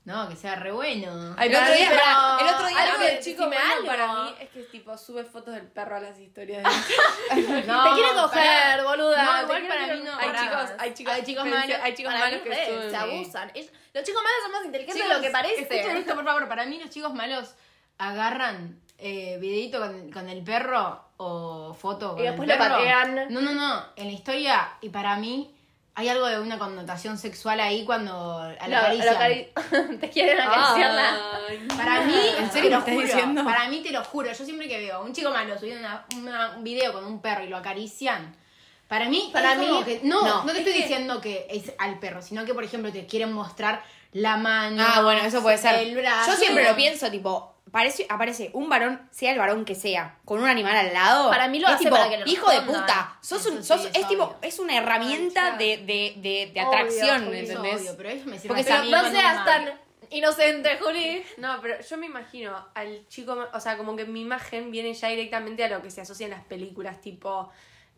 B: No, que sea re bueno.
D: Ay,
C: Pero
D: el otro día,
C: pero-
D: pará, el otro día
C: Algo
D: hablé-
C: del chico
A: decime
C: malo
A: algo.
C: para mí es que tipo sube fotos del perro a las historias. De...
B: No,
A: te quiere coger,
B: pará.
A: boluda.
B: No,
A: te
B: igual
A: quiere
B: para mí
A: coger.
B: no.
C: hay
B: pará.
C: chicos, hay chicos,
B: Hay chicos
C: pensé-
B: malos-
C: hay chicos
A: Para mí
C: malos que
A: re,
C: suben.
A: se abusan. Es- Los chicos malos son más inteligentes
B: Chicos,
A: de lo que
B: Escuchen
A: parece.
B: esto, por favor. Para mí, los chicos malos agarran eh, videito con, con el perro o foto con
A: Y después
B: el
A: lo
B: perro.
A: patean.
B: No, no, no. En la historia, y para mí, hay algo de una connotación sexual ahí cuando a la
A: Lo- lo
B: acarician.
A: acari- te quieren
C: Ah,
A: acariciarla.
C: Ay,
B: Para mí,
D: ¿En serio
B: en serio
D: me
B: lo
D: estás
B: juro,
D: diciendo?
B: para mí te lo juro, yo siempre que veo a un chico malo subiendo una- una- un video con un perro y lo acarician, para mí,
A: Para
B: es
A: mí,
B: como que- no,
A: no.
B: no, te estoy diciendo que es al perro, sino que por ejemplo te quieren mostrar la mano,
D: Ah, bueno, eso puede ser.
B: el brazo.
D: Yo siempre lo pienso, tipo, parece, aparece un varón, sea el varón que sea, con un animal al lado.
A: Para mí lo
D: y es
A: hace
D: tipo,
A: para que le
D: hijo de
A: respondan.
D: puta. Sos un,
B: Eso sí,
D: sos-
B: es
D: es tipo,
B: obvio.
D: es una herramienta
A: Ay,
D: de, de, de, de
A: Obvio,
D: atracción,
A: obvio,
B: Eso,
D: ¿entendés?
B: obvio, pero ellos me sirven
D: Porque
B: a
A: Pero
B: mí
A: no
B: cuando
A: seas
B: me-
A: tan inocente, Juli.
C: No, pero yo me imagino al chico, ma- o sea, como que mi imagen viene ya directamente a lo que se asocia en las películas, tipo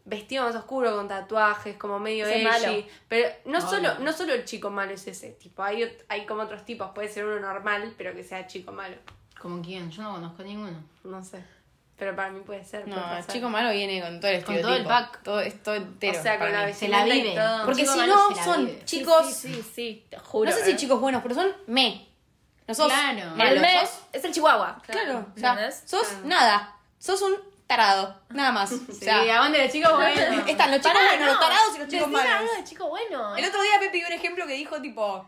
C: vestido más oscuro con tatuajes, como medio
A: Ese es
C: edgy.
A: malo.
C: Pero no
B: No,
C: solo
B: no.
C: no solo el chico malo es ese, tipo, hay ot- hay como otros tipos, puede ser uno normal, pero que sea chico malo,
B: Como quién, yo no conozco ninguno.
C: no sé. Pero para mí puede ser, puede
D: No, el
C: pasar.
D: chico malo viene con todo el
B: Con
D: estereotipo.
B: todo el pack.
D: Todo, es todo
C: o
D: entero.
C: sea, con
D: para
C: la
D: mí.
B: Se la
C: vestimenta y
B: vive.
C: todo.
B: Por-
D: Porque
B: chico
D: si
B: malo
D: no,
B: se la
D: son
B: vive. Sí,
D: chicos.
A: Sí, sí, sí, te juro.
D: no sé si
A: eh.
D: chicos buenos, pero son me. No sos
B: Claro.
D: malo,
A: El mes
D: sos-
A: es el chihuahua.
D: Claro, o sea,
A: ¿Entendés?
D: sos
C: Claro.
D: nada. Sos un tarado, nada más. O
B: Sí,
D: sea,
B: aguante los chicos, bueno.
D: Están los chicos
A: Pará,
D: buenos, los
A: no.
D: tarados y los chicos
A: Decime
D: malos.
A: algo de chico bueno.
D: El otro día Pepe dio un ejemplo que dijo tipo.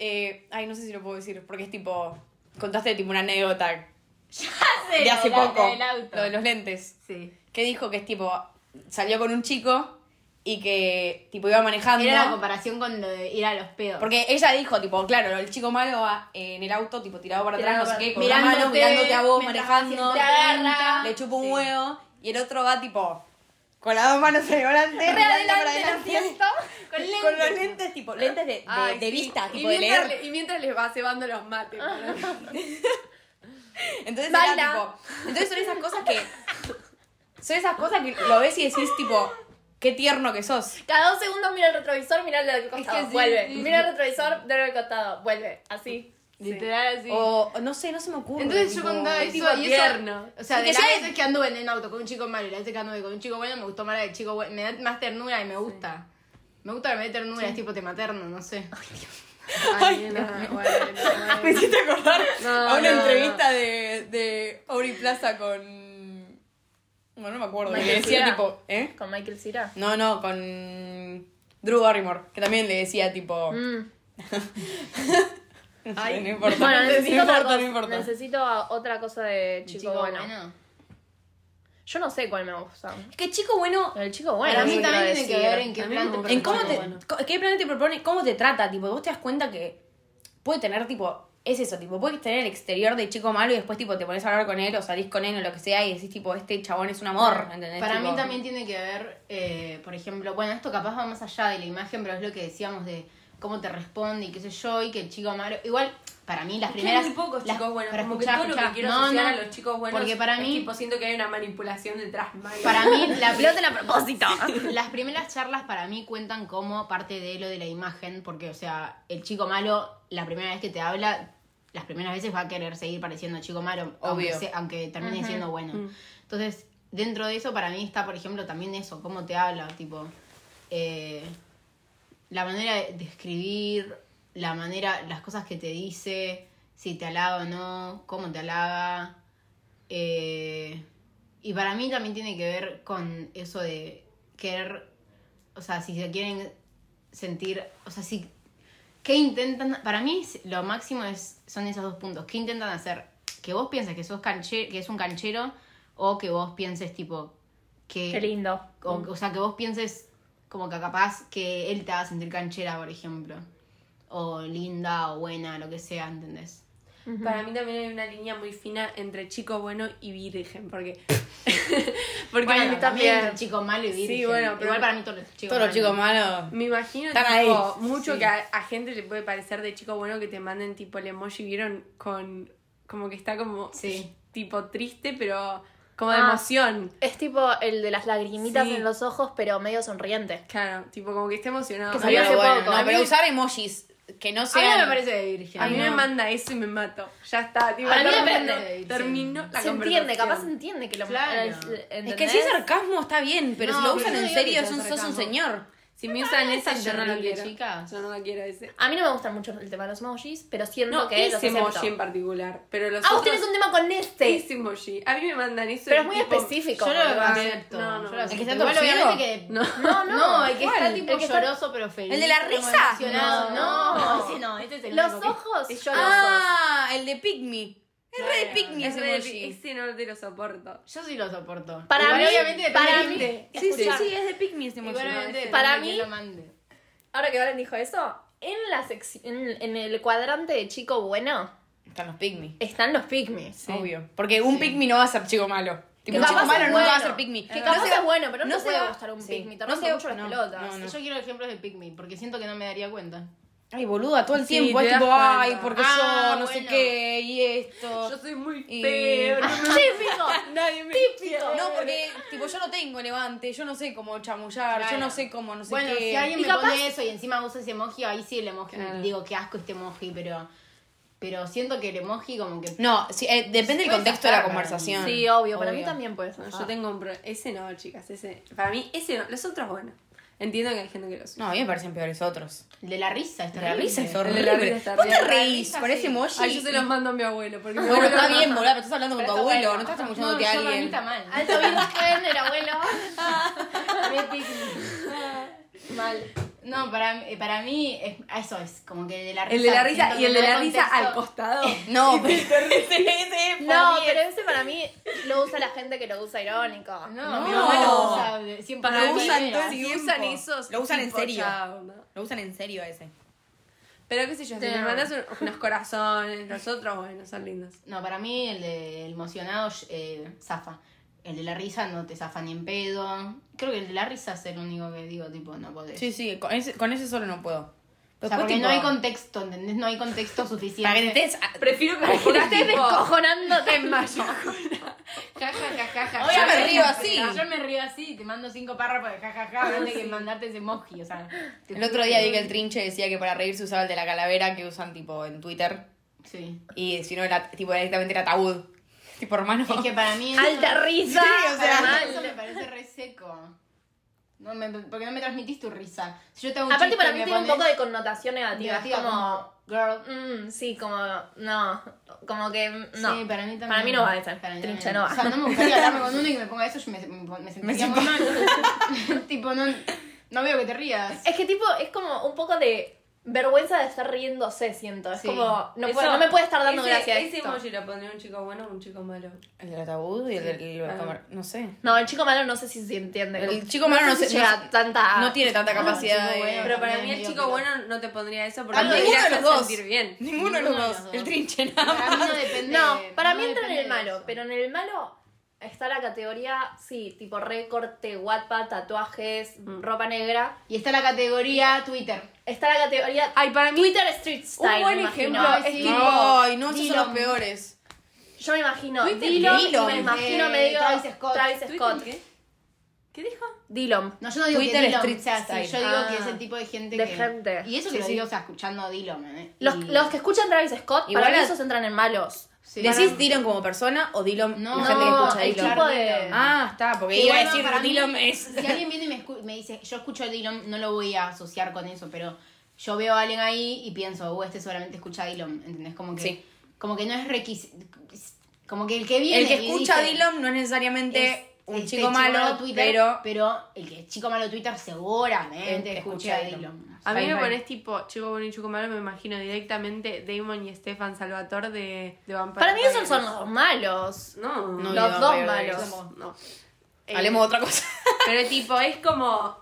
D: eh, ay, no sé si lo puedo decir, porque es tipo. Contaste tipo una anécdota de hace
B: La- la
D: poco.
B: del auto.
D: Lo de los lentes.
B: Sí.
D: Que dijo que es tipo. Salió con un chico y que tipo iba manejando.
B: Era la comparación con lo de ir a los pedos.
D: porque ella dijo, tipo, claro, el chico malo va eh, en el auto, tipo, tirado para atrás,
A: Tirado
D: no sé
A: para-
D: qué, con la mano,
B: Mirándote,
D: mirándote a vos,
B: mientras
D: manejando,
A: te agarra.
D: le chupa un
B: Sí.
D: huevo, y el otro va, tipo, con las dos manos en el volante, mirando para
A: adelante, lo siento.
D: Con, los lentes, tipo, lentes de, de-
C: Ay,
D: de
C: sí.
D: vista,
C: Y
D: tipo de leer.
C: mientras le- y mientras les va cebando los mates. ¿no?
D: Entonces
A: Baila.
D: era, tipo. Entonces son esas cosas que. Son esas cosas que lo ves y decís, tipo, qué tierno que sos.
A: Cada dos segundos mira el retrovisor, mira el del costado,
D: que sí,
A: vuelve.
D: sí, sí.
A: Mira el retrovisor, del del costado, vuelve. Así. Oh.
B: Literal así.
D: O no sé, no se me ocurre.
B: Entonces
D: tipo,
B: yo contaba eso
C: tipo
B: y
C: tierno.
B: eso, o sea,
D: Sí,
B: de
D: que
B: las
D: ya-
B: veces que anduve en el auto con un chico malo y las veces que anduve con un chico bueno, me gustó más la del chico bueno, me da más ternura y me gusta. Me gusta que me dé ternura, es tipo te materno, no sé.
C: Ay, nena, bueno,
D: Me hiciste acordar
C: No,
D: a una
C: no, no.
D: entrevista de, de Auri Plaza con. Bueno, no me acuerdo. Que
A: Michael
D: le decía,
A: Cera.
D: tipo, ¿eh?
A: Con Michael Cira.
D: No, no, con. Drew Barrymore, que también le decía, tipo. no sé, no importa.
A: Mm. Bueno,
D: no
A: necesito, otra,
D: importa,
A: cosa,
D: no importa.
A: necesito otra cosa de chico, bueno. Yo no sé cuál me gusta.
D: Es que chico bueno
A: El chico bueno.
B: Para mí
A: yo
B: también
A: quiero
B: tiene que
A: decir.
B: ver en qué
C: A mí
B: plan
C: me
B: te
C: gusta.
D: En cómo
B: propones.
D: te,
C: bueno.
D: co- qué plan te propone, cómo te trata, tipo, vos te das cuenta que puede tener, tipo, es eso, tipo, puedes tener el exterior de chico malo y después, tipo, te pones a hablar con él o salís con él o lo que sea y decís, tipo, este chabón es un amor, ¿entendés?
B: Para
D: Tipo,
B: mí también tiene que ver, eh, por ejemplo, bueno, esto capaz va más allá de la imagen, pero es lo que decíamos de cómo te responde y qué sé yo, y que el chico malo. Igual, para mí, las
C: Es que
B: primeras.
C: hay muy pocos
B: las-
C: chicos buenos.
B: para
C: como que
B: escuchar,
C: todo lo
B: escuchar.
C: que quiero
B: No,
C: asociar
B: no,
C: a los chicos buenos.
B: Porque para
C: es
B: mí.
C: tipo, siento que hay una manipulación detrás. mala.
B: Para mí, la,
A: Lo hacen a propósito.
B: Las primeras charlas para mí cuentan como parte de lo de la imagen, porque, o sea, el chico malo, la primera vez que te habla, las primeras veces va a querer seguir pareciendo chico malo,
D: Obvio.
B: Aunque, se- aunque termine siendo bueno. Entonces, dentro de eso, para mí está, por ejemplo, también eso, cómo te habla, tipo, eh, la manera de de escribir, la manera, las cosas que te dice, si te halaga o no, cómo te halaga. Eh, y para mí también tiene que ver con eso de querer, o sea, si se quieren sentir, o sea, si, ¿qué intentan? Para mí es- lo máximo es, son esos dos puntos. ¿Qué intentan hacer? Que vos pienses que sos canche- que es un canchero o que vos pienses tipo que...
A: Qué lindo.
B: O, o sea, que vos pienses como que capaz que él te va a sentir canchera, por ejemplo. O linda, o buena, lo que sea, ¿entendés?
C: Para mí también hay una línea muy fina entre chico bueno y virgen, porque... porque
B: bueno,
A: mí
B: también
A: también.
B: el chico malo y
C: Sí,
B: virgen.
C: bueno, pero-
B: Igual para mí todos los chicos
D: Todos los chicos
B: malos.
D: malos.
C: me imagino
D: Están ahí.
C: tipo, mucho que a, a gente le puede parecer de chico bueno que te manden tipo el emoji, ¿vieron? Con... Como que está como...
B: Sí.
C: Tipo triste, pero como de
A: Ah.
C: emoción.
A: Es tipo el de las lagrimitas
C: Sí.
A: en los ojos, pero medio sonriente.
C: Claro, tipo como que está emocionado.
A: Que
C: A
A: salió
C: mí-
A: hace
D: Bueno,
A: poco.
D: no,
A: A
D: pero
A: mí-
D: usar emojis que no
B: a mí
D: sean...
B: no me parece de virgen.
C: A mí me
B: no.
C: manda eso y me mato. Ya está, tipo,
B: A mí me
C: termino-
B: prende, sí.
C: termino la
A: Se entiende, capaz entiende que lo
B: Claro.
A: es-
D: Es
A: ¿entendés?
D: que si es sarcasmo está bien, pero si
B: No,
D: lo
B: pero
D: usan
B: yo
D: en
B: no digo
D: serio,
B: que sea
D: son- sos un
B: sarcasmo.
D: señor.
C: Si me usan esa, yo no lo
B: terrible,
C: quiero.
B: chicas.
C: Yo no lo quiero ese.
A: A mí no me gusta mucho el tema de los emojis, pero siento
C: No,
A: que los
C: ese
A: acepto.
C: emoji en particular. Pero los
A: Ah,
C: otros-
A: vos tenés un tema con este.
C: ese emoji. A mí me mandan eso.
A: pero
C: y
A: es muy
C: tipo,
A: específico.
B: Yo lo
A: boluda.
B: acepto.
C: No, no.
B: yo lo
C: El que
B: acepto.
D: está
B: Igual,
D: torcido.
B: obviamente que-
C: No.
A: No, no.
B: No, el que está
D: ¿cuál?
B: tipo
A: El que está-
B: lloroso pero feliz.
D: ¿El de la
B: como
D: risa?
B: emocionado.
A: No.
B: No. ese no, este es el
A: Los
B: único que-
A: ojos
C: Es
A: llorosos.
D: Ah, el de Pick Me. Es re de Pick Me
C: Es
D: ese
C: re-
D: emoji.
C: ese no te lo soporto.
B: Yo sí lo soporto.
A: Para
B: Igual,
A: mí,
B: obviamente, depende
A: para
B: de
A: mí.
B: quién.
D: Sí, sí,
A: Escuchá.
D: sí, es de Pick Me ese emoji.
B: Igual, obviamente, depende
A: Para
B: de quién
A: mí-
B: lo mande.
A: Ahora que Valen dijo eso, en la secci- en, en el cuadrante de chico bueno
D: Están los Pick Me.
A: están los pygmies.
D: Obvio. Porque un pick me no va a ser chico malo. Tipo, un
A: capaz
D: chico
A: es
D: malo no
A: bueno.
D: va a ser pick me.
A: Que capaz
D: no se
A: es
D: va-
A: bueno, pero no, te
D: se
A: puede
D: va-
A: gustar un
D: sí.
A: pick me. Te
D: No
A: rompe
D: se-
A: mucho las
D: no,
A: pelotas.
D: no, no.
B: Yo quiero ejemplos de Pick Me, porque siento que no me daría cuenta.
D: Ay, boluda, todo el
C: Sí,
D: tiempo.
C: te
D: Es tipo,
C: das cuenta.
D: ay, porque
B: Ah,
D: yo no sé
B: bueno.
D: qué y esto.
C: Yo soy muy
D: Y-
C: feo. no me-
A: Típico.
C: Nadie me
A: Típico.
D: No, porque tipo, yo no tengo levante, yo no sé cómo chamullar, yo
B: Claro.
D: no sé cómo, no sé
B: bueno,
D: qué.
B: si alguien
A: Y
B: me
A: capaz-
B: pone eso y encima usa ese emoji, ahí sí el emoji.
C: Claro.
B: Digo, qué asco este emoji, pero. Pero siento que el emoji como que.
D: No, sí, eh, depende del
B: Puede
D: contexto de la
B: zafar,
D: conversación.
A: Sí, obvio. Para mí también puede ser.
C: No, yo tengo un pro- Ese no, chicas. Ese... Para mí, ese no. Los otros, bueno. Entiendo que hay gente que los usa.
D: No, a mí me parecen peores otros.
B: El de la risa, está
D: La risa es
C: El de la risa
D: horrible.
C: está
D: Vos te
C: bien.
D: reís
B: La risa,
D: con ese
B: sí.
D: emoji.
C: Ay, yo se los mando a mi abuelo. Porque mi
D: Bueno,
C: abuelo
D: está
C: no-
D: bien, boluda, pero estás hablando con tu
B: Pero está
D: abuelo,
B: bueno.
D: no estás
B: No,
D: chamullándote
B: yo
D: a
B: para mí
D: alguien.
B: está mal.
A: Alto virgen, el abuelo.
B: Mal. No, para, eh, para mí es, a eso es, como que el de la risa.
C: El de la risa
B: siento
C: y el de
B: que no
C: la
B: hay
C: risa al
B: contexto.
C: costado.
D: No, pero ese, ese es
A: No,
D: por diez.
A: pero ese para mí lo usa la gente que lo usa irónico.
B: No,
D: No.
B: mi abuelo usa de- siempre
C: Para
B: lo
C: mí,
B: usa
D: usan todo el
C: si
D: tiempo.
C: usan esos.
D: Lo usan en
C: tipo,
D: serio.
C: chao, ¿no?
D: Lo usan en serio a ese.
C: Pero qué sé yo, si me
A: Damn.
C: mandas un- unos corazones, los otros, bueno, son lindos.
B: No, para mí el de emocionado eh, zafa. El de la risa no te zafa ni en pedo. Creo que el de la risa es el único que digo, tipo, no podés.
D: Sí, sí, con ese, con ese solo no puedo.
B: O sea,
D: Después,
B: porque
D: tipo,
B: no hay contexto, ¿entendés? No hay contexto suficiente.
D: Para que te estés- ah,
C: Prefiero que me
A: Te
C: pongas
A: estés
C: tipo...
A: descojonándote en
C: En mayo.
B: Ja, ja, ja, ja, ja.
D: Yo me río así.
B: Yo me río así, te mando cinco párrafos de ja, ja, ja, antes que mandarte ese emoji, o sea. te
D: El otro día vi que el trinche decía que para reírse usaba el de la calavera que usan tipo en Twitter.
B: Sí.
D: Y si no, era, tipo, directamente era ataúd. Tipo, hermano.
B: Es que para mí... eso-
A: Alta risa.
D: Sí, o sea.
B: Para mí
A: Mal.
B: eso me parece re seco. No me, porque no me transmitís tu risa. Si yo te hago un
A: Aparte
B: chiste
A: para
B: y
A: mí
B: me
A: tiene un
B: pones
A: poco de connotación negativa. Es
B: negativa
A: como...
B: girl.
A: mm, sí, como... No. Como que... mm, No.
B: Sí, para mí también.
A: Para mí no va a ser.
B: Para mí
A: Trincha
B: también.
A: no va.
B: O sea, no me gustaría hablarme con uno y que me ponga eso, yo me, me, me sentiría muy mal. tipo, no, no veo que te rías.
A: Es que tipo, es como un poco de vergüenza de estar riéndose, siento. Es
B: Sí.
A: como, no,
C: Eso-
A: puedo- no me puede estar dando
C: ese-
A: gracia
C: Ese
A: esto.
C: emoji lo pondría un chico bueno o un chico malo.
D: El del ataúd y el del. el-
C: Ah.
D: como- No sé.
A: No, el chico malo no sé si se entiende.
D: El
A: Como-
D: chico malo no
A: sé
D: sé-
A: si llega
D: no-
A: a tanta...
D: No tiene tanta capacidad
B: sí,
D: de.
B: Ah, bueno.
C: Pero para
B: también
C: mí el
B: medio
C: chico
B: que-
C: bueno no te pondría eso porque
D: A
C: te
D: ninguno
C: iría a
D: de los dos.
C: sentir bien.
D: Ninguno de los dos. El trinche, nada más.
B: Para mí no depende.
A: No, para
B: no
A: mí entra en
B: depende
A: el
B: de
A: malo,
B: eso.
A: pero en el malo está la categoría, sí, tipo recorte, guapa, tatuajes, ropa negra.
B: Y está la categoría Twitter.
A: Está la categoría
C: Ay, para mí
A: Twitter Street Style.
C: buen
A: me imagino.
C: ejemplo
B: es
D: Ay,
B: tipo-
D: no, esos son
B: Dylan.
D: los peores.
A: Yo me imagino
C: Twitter
A: Dillom,
D: Dillom,
A: me
D: de
A: imagino medio
B: Travis Scott.
A: Travis
C: ¿Twitter
A: Scott.
C: qué? ¿Qué dijo?
A: Dillom.
B: No, yo no digo
D: Twitter
B: que Dylan,
D: Street
B: o sea, sí,
D: Style.
B: yo digo
A: Ah,
B: que es el tipo de gente
A: de
B: que...
A: gente.
B: Y eso que
D: Sí,
B: lo
D: sí.
B: digo, o sea, escuchando a Dylan, ¿eh?
A: Los,
B: Y-
A: los que escuchan Travis Scott,
D: Igual
A: para mí
D: a-
A: esos entran en malos.
B: sí.
D: ¿Decís Dylan como persona o Dylan
B: No,
D: la gente que escucha
A: el
D: Dylan?
A: tipo de-
D: Ah, está, porque
B: Que
D: iba a
B: igual no,
D: decir
B: para mí,
D: Dylan es.
B: Si alguien viene y me, escu- me dice, yo escucho a Dylan, no lo voy a asociar con eso, pero yo veo a alguien ahí y pienso, uh, este solamente escucha a Dylan, ¿entendés? Como que,
D: Sí.
B: como que no es requisito. Como que el que viene.
D: El que
B: y
D: escucha a
B: dice,
D: Dylan no es necesariamente
B: es
D: un
B: este
D: chico, malo,
B: Twitter,
D: pero.
B: el que es chico malo Twitter seguramente
D: El que
B: escucha a
D: escucha a
B: Dylan.
C: A mí
D: Bye,
C: me
D: bye.
C: pones tipo chico bueno y chico malo, me imagino directamente Damon y Stefan Salvatore de, de Vampire
A: Para mí esos
C: Diaries.
A: son los malos.
C: No,
D: No,
C: no.
A: los
D: no,
A: dos
D: no, no,
A: malos.
D: no.
C: no. Eh,
D: Hablemos de otra cosa.
C: Pero tipo, es como...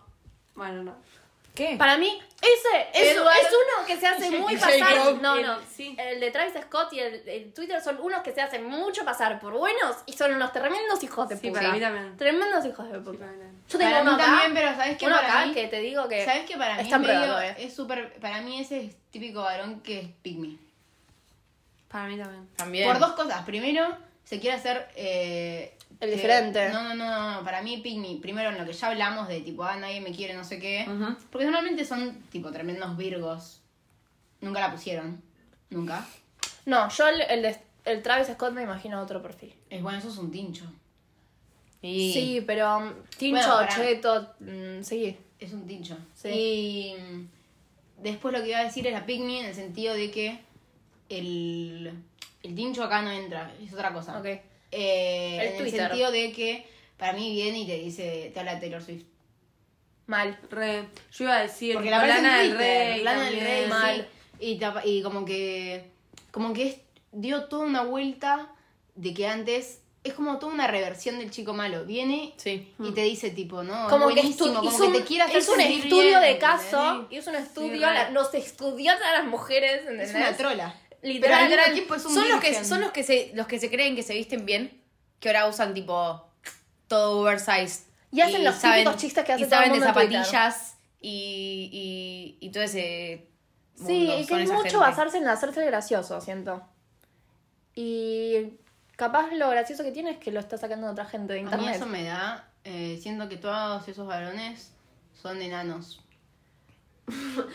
C: Bueno, no.
D: ¿Qué?
A: Para mí, ese es,
C: Edward.
A: es uno que se hace muy
D: Jacob.
A: pasar. No, no.
C: El- sí.
A: El de Travis Scott y el, el Twitter son unos que se hacen mucho pasar por buenos y son unos tremendos hijos de
C: Sí,
A: puta.
C: para mí también.
A: Tremendos hijos de
C: Sí,
A: puta.
C: para mí también.
A: Yo tengo
B: Para
A: uno
B: mí
A: acá,
B: también, pero ¿sabes qué?
A: uno
B: Para
A: acá
B: mí-
A: que te digo que.
B: ¿Sabes que para mí
A: está
B: es
A: en
B: medio-
A: prueba todavía.
B: es súper, para mí ese es típico varón que es pick me.
C: Para mí también.
D: También.
B: Por dos cosas. Primero, se quiere hacer. eh,
A: El
B: que-
A: diferente.
B: No, no, no, no, no. Para mí, pick me. Primero, en lo que ya hablamos de tipo, ah, nadie me quiere, no sé qué. Porque normalmente son tipo tremendos virgos. Nunca la pusieron. Nunca.
A: No, yo el, el, de- el Travis Scott me imagino otro perfil.
B: Es bueno, eso es un tincho.
D: Y-
A: Sí, pero um, Tincho,
B: Bueno, pará.
A: Cheto, mm, sí.
B: Es un tincho.
A: Sí.
B: Y mm, después lo que iba a decir era pick me en el sentido de que el, el tincho acá no entra, es otra cosa.
A: Ok.
B: Eh,
A: El
B: en
A: Twitter.
B: el sentido de que para mí viene y te dice, te habla de Taylor Swift.
A: Mal.
C: Re. Yo iba a decir.
B: Porque la verdad
C: Lana
B: es
C: del Rey.
B: Lana del
C: también.
B: Rey, sí.
A: Mal.
B: Y, tapa- y como que, como que es- dio toda una vuelta de que antes es como toda una reversión del chico malo. Viene
D: Sí.
B: y te dice tipo, no, es
A: Como que,
B: buenísimo,
A: estu-
B: como
A: hizo
B: que
A: un,
B: te quiere hacer
A: hizo un
B: sentir
A: estudio
B: bien,
A: de
B: ¿entendés?
A: caso, hizo un estudio,
C: Sí,
A: la-
C: re.
A: nos estudió a las mujeres, ¿entendés?
B: Es una trola. Pero al
A: Literal,
B: mismo
A: literal.
B: tiempo es un
D: son los que
B: virgen.
D: son los que se los que se creen que se visten bien que ahora usan tipo todo oversized
A: Y hacen los típicos chistes que hace
D: y
A: todo el
D: saben
A: mundo
D: de
A: en Twitter.
D: zapatillas y, y y todo ese
A: Sí,
D: mundo.
A: y que
D: Son
A: hay
D: esa
A: mucho
D: gente.
A: basarse en hacerse el gracioso, siento. Y capaz lo gracioso que tiene es que lo está sacando de otra gente de
B: A mí
A: internet.
B: eso me da, eh, siento que todos esos varones son enanos.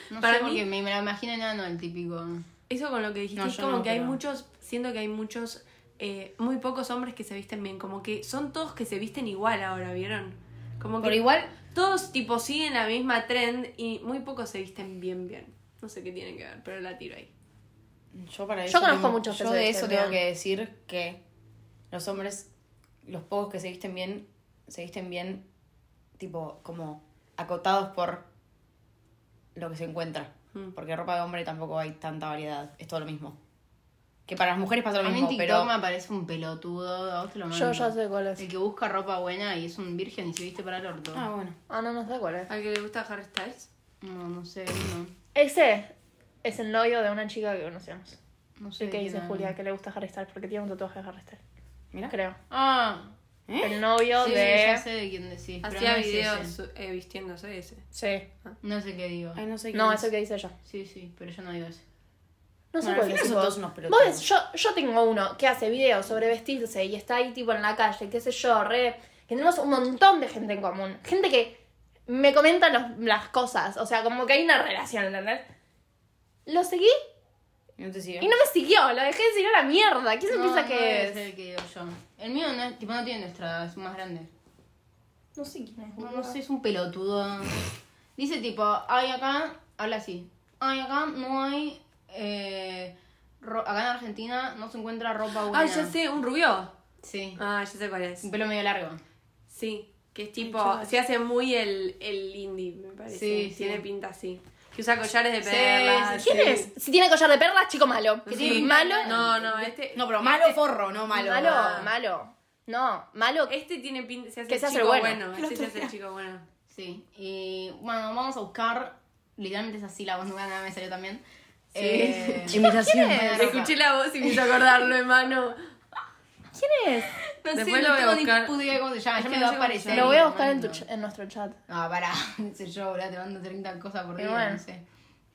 B: No
C: Para
B: sé,
C: mí-
B: porque me, me la imagino enano el típico.
C: Eso con lo que dijiste,
B: No,
C: es
B: yo
C: como
B: no,
C: que hay
B: pero-
C: muchos, siento que hay muchos, eh, muy pocos hombres que se visten bien, como que son todos que se visten igual ahora, ¿vieron? Como que
D: Pero igual
C: todos tipo siguen la misma trend y muy pocos se visten bien bien. No sé qué tienen que ver, pero la tiro ahí.
D: Yo para
A: Yo
D: eso
A: conozco
D: tengo-
A: muchos que
D: Yo
A: se
D: de
A: visten
D: eso tengo
A: bien.
D: que decir que los hombres, los pocos que se visten bien, se visten bien, tipo, como acotados por lo que se encuentra.
C: Mm.
D: Porque ropa de hombre tampoco hay tanta variedad. Es todo lo mismo. Que para las mujeres pasa
B: A
D: lo
B: mí en
D: mismo,
B: TikTok
D: pero.
B: me aparece un pelotudo, a vos te lo mando.
A: Yo ya sé cuál es.
B: El que busca ropa buena y es un virgen y se viste para el orto.
D: Ah, bueno.
A: Ah, no, no sé cuál es.
C: ¿Al que le gusta Harry Styles?
B: No, no sé, no.
A: Ese es el novio de una chica que conocemos.
B: No sé.
A: El que
B: quién
A: dice
B: era.
A: Julia que le gusta Harry Styles porque tiene un tatuaje de Harry Styles.
D: Mira.
A: Creo.
B: Ah,
A: El novio
B: sí, ya
A: de.
B: sé de quién decís. pero
C: Hacía
B: no es
C: videos
B: ese. Ah,
C: eh, vistiéndose ese.
A: Sí.
B: No sé qué digo.
D: Ay, no sé
A: No,
D: quién
A: eso que dice ella.
B: Sí, sí, pero yo no digo eso.
A: No sé
D: Bueno, al
A: cuál es.
D: final son
A: tipo.
D: todos unos
A: Vos
D: pelotudos.
A: ves, yo, yo tengo uno que hace videos sobre vestirse y está ahí tipo en la calle, qué sé yo, re. que Tenemos un montón de gente en común. Gente que me comenta los- las cosas. O sea, como que hay una relación, ¿entendés? Lo seguí
D: No te sigo.
A: y no me siguió. Lo dejé de seguir a la mierda. ¿Quién se
B: no,
A: piensa
B: no
A: que
B: es
A: es?
B: el que digo yo. El mío no, es, tipo, no tiene nuestra edad, es más grande.
A: No sé quién es.
B: No, no sé, es un pelotudo. Dice tipo, ay acá, habla así. Ay acá no hay... eh, ro- acá en Argentina no se encuentra ropa buena.
C: Ah, ya sé, un rubio.
B: Sí,
C: Ah, ya sé cuál es.
B: un pelo medio largo.
C: Sí, que es tipo, se hace muy el, el indie, me parece.
B: Sí, sí.
C: Tiene pinta así. Que usa collares de
B: Sí,
C: perlas.
B: sí,
A: ¿Quién es? Si tiene collar de perlas, chico malo. Que tiene
C: Sí.
A: malo.
C: No, no, este.
D: No, pero malo forro, no malo.
A: malo,
C: Ah.
A: malo. No, malo.
D: Eh,
C: Este tiene pinta. Se hace,
A: Que se hace
C: chico
A: el
C: bueno.
A: bueno.
C: Este se hace el chico bueno.
B: Sí, y bueno, vamos a buscar, literalmente es así la voz nunca me salió también. Eh,
D: Imitación.
B: es?
C: Le escuché la voz y me hizo acordarlo, hermano.
A: ¿Quién es?
C: No sé,
B: Después
C: no
B: lo
C: tengo
B: voy a
C: ni
B: buscar.
C: puta idea.
B: cómo se llama,
C: Es
B: ya
C: que
B: me
C: no
B: va a
C: sé cómo se
B: aparecer.
C: llama.
A: Lo voy a buscar en, tu
B: mando.
A: ch- en nuestro chat.
B: Ah, pará, no sé yo, boludo, te mando 30 cosas por
A: Y
B: día,
A: bueno.
B: no sé.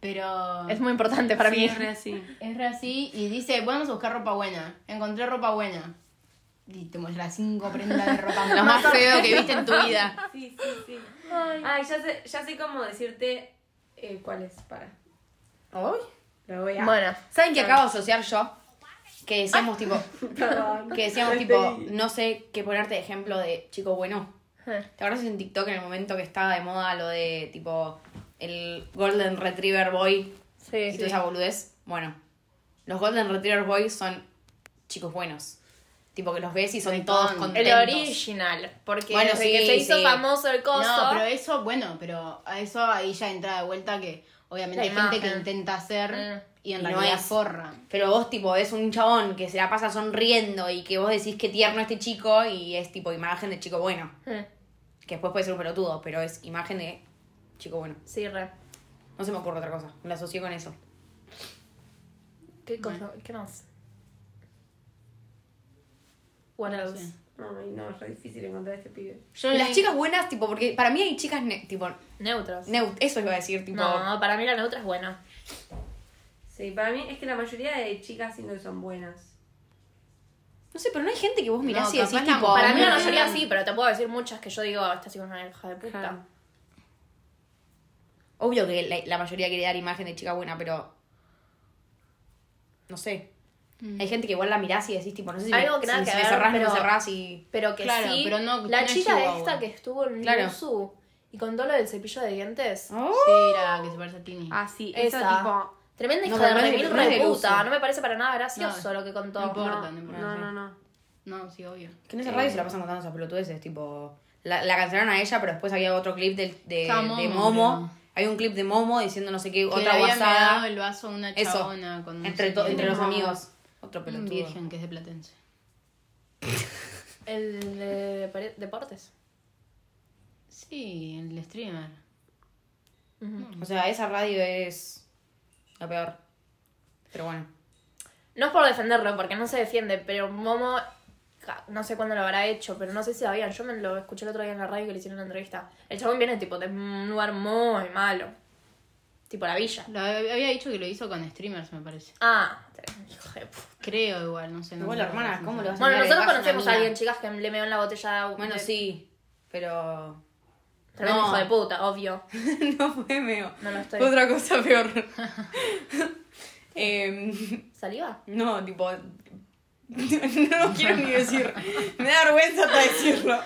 B: Pero
A: Es muy importante para
C: Sí,
A: mí.
C: es re así.
B: es re así y dice, vamos a buscar ropa buena. Encontré ropa buena. Y te muestra cinco prendas de ropa
D: Lo más feo que viste en tu vida.
C: Sí, sí, sí. Ay, ya, sé, ya sé cómo decirte eh, cuál es. Para.
D: Ay.
C: Lo voy a.
A: Bueno.
D: ¿Saben qué acabo de asociar yo? Que decíamos tipo, que decíamos
C: Este
D: tipo, no sé qué ponerte de ejemplo de chico bueno. ¿Te acuerdas en TikTok en el momento que estaba de moda lo de tipo el Golden Retriever Boy y
A: Sí.
D: toda esa boludez? Bueno, los Golden Retriever Boys son chicos buenos. Tipo que los ves y son
B: Ay,
D: todos
B: con-
D: contentos.
A: El original, porque
D: Bueno,
A: desde
D: sí,
A: que se hizo
D: sí.
A: famoso el coso.
B: No, pero eso, bueno, pero a eso ahí ya entra de vuelta que obviamente
A: La
B: hay gente
A: imagen.
B: que intenta hacer
A: Mm.
B: y en
D: Y no
B: realidad
D: es.
B: forra.
D: Pero vos tipo es un chabón que se la pasa sonriendo y que vos decís que tierno este chico y es tipo imagen de chico bueno.
A: Mm,
D: Que después puede ser un pelotudo, pero es imagen de chico bueno.
A: Sí, re.
D: No se me ocurre otra cosa. La asocié con eso.
A: ¿Qué cosa? ¿Qué más? What
B: No
A: else?
B: sé.
C: Ay, no, es re difícil encontrar este pibe.
B: Yo
D: Las
B: le-
D: chicas buenas, tipo, porque para mí hay chicas, ne- tipo,
A: Neutras.
D: neut- eso iba a decir, tipo.
A: no, para mí la neutra es buena.
C: Sí, para mí es que la mayoría de chicas siento que son buenas.
D: No sé, pero no hay gente que vos mirás
B: No,
D: y decís,
B: capaz la-
D: tipo.
A: Para
B: no,
A: mí la
B: no,
A: mayoría
B: no.
A: sí, pero te puedo decir muchas que yo digo, "Oh, esta sí es una hija de puta.
C: Claro.
D: Obvio que la, la mayoría quiere dar imagen de chica buena, pero no sé.
B: Mm.
D: Hay gente que igual la mirás y decís, tipo, no sé si
A: Algo
D: me,
A: que nada
D: si-
A: que
D: si
A: ver,
D: me cerrás, no
A: pero-
D: me cerrás y...
A: Pero que
B: Claro,
A: sí,
B: pero no-
A: la
B: no es
A: chica
B: Chihuahua.
A: esta que estuvo en
D: Claro.
A: Luzu y contó lo del cepillo de dientes.
B: Sí, era que se parece a Tini.
C: Ah, sí,
A: Esa.
C: esa, tipo.
A: Tremenda
D: No,
A: hija
D: pero
A: de
D: no es de-
A: remil
D: no es de
A: reputa.
D: Luzu.
A: No me parece para nada gracioso
B: No,
A: lo que contó.
B: no importa.
C: No,
B: no,
C: no, no, no.
B: No, sí, obvio.
D: Que en ese radio se la pasan contando esas pelotudeces, tipo... La, la cancelaron a ella, pero después había otro clip del- de,
B: Está Momo,
D: de Momo.
B: boludo.
D: Hay un clip de Momo diciendo no sé qué,
B: Que
D: otra
B: le había dado
D: guasada.
B: el vaso a una
D: Eso.
B: chabona con un
D: Entre,
B: no sé
D: to-
B: qué.
D: entre los
B: Un
D: amigos. Otro pelotudo.
B: virgen que es de Platense.
A: El de pare- deportes.
B: Sí, el streamer.
D: O sea, esa radio es la peor. Pero bueno.
A: No es por defenderlo, porque no se defiende, pero Momo, ja, no sé cuándo lo habrá hecho, pero no sé si sabían. Yo me lo escuché el otro día en la radio que le hicieron una entrevista. El chabón viene tipo de un lugar muy malo. Tipo la villa.
B: Lo hab- había dicho que lo hizo con streamers, me parece.
A: Ah, tremendo, hijo de puta.
B: Creo igual, no sé. no
D: Igual la
B: me
D: hermana,
B: acuerdo,
D: ¿cómo lo vas
A: Bueno,
D: Señores,
A: nosotros
D: pasa una
A: conocemos a
D: mina.
A: alguien, chicas, que le meó en la botella de agua.
D: Bueno,
A: De-
D: sí, pero...
A: Tremendo
D: No.
A: hijo de puta, obvio.
D: no fue meo.
A: No, no estoy.
D: Fue Otra cosa peor. Em,
A: ¿Saliva?
D: no, tipo... No lo quiero ni decir. Me da vergüenza hasta decirlo.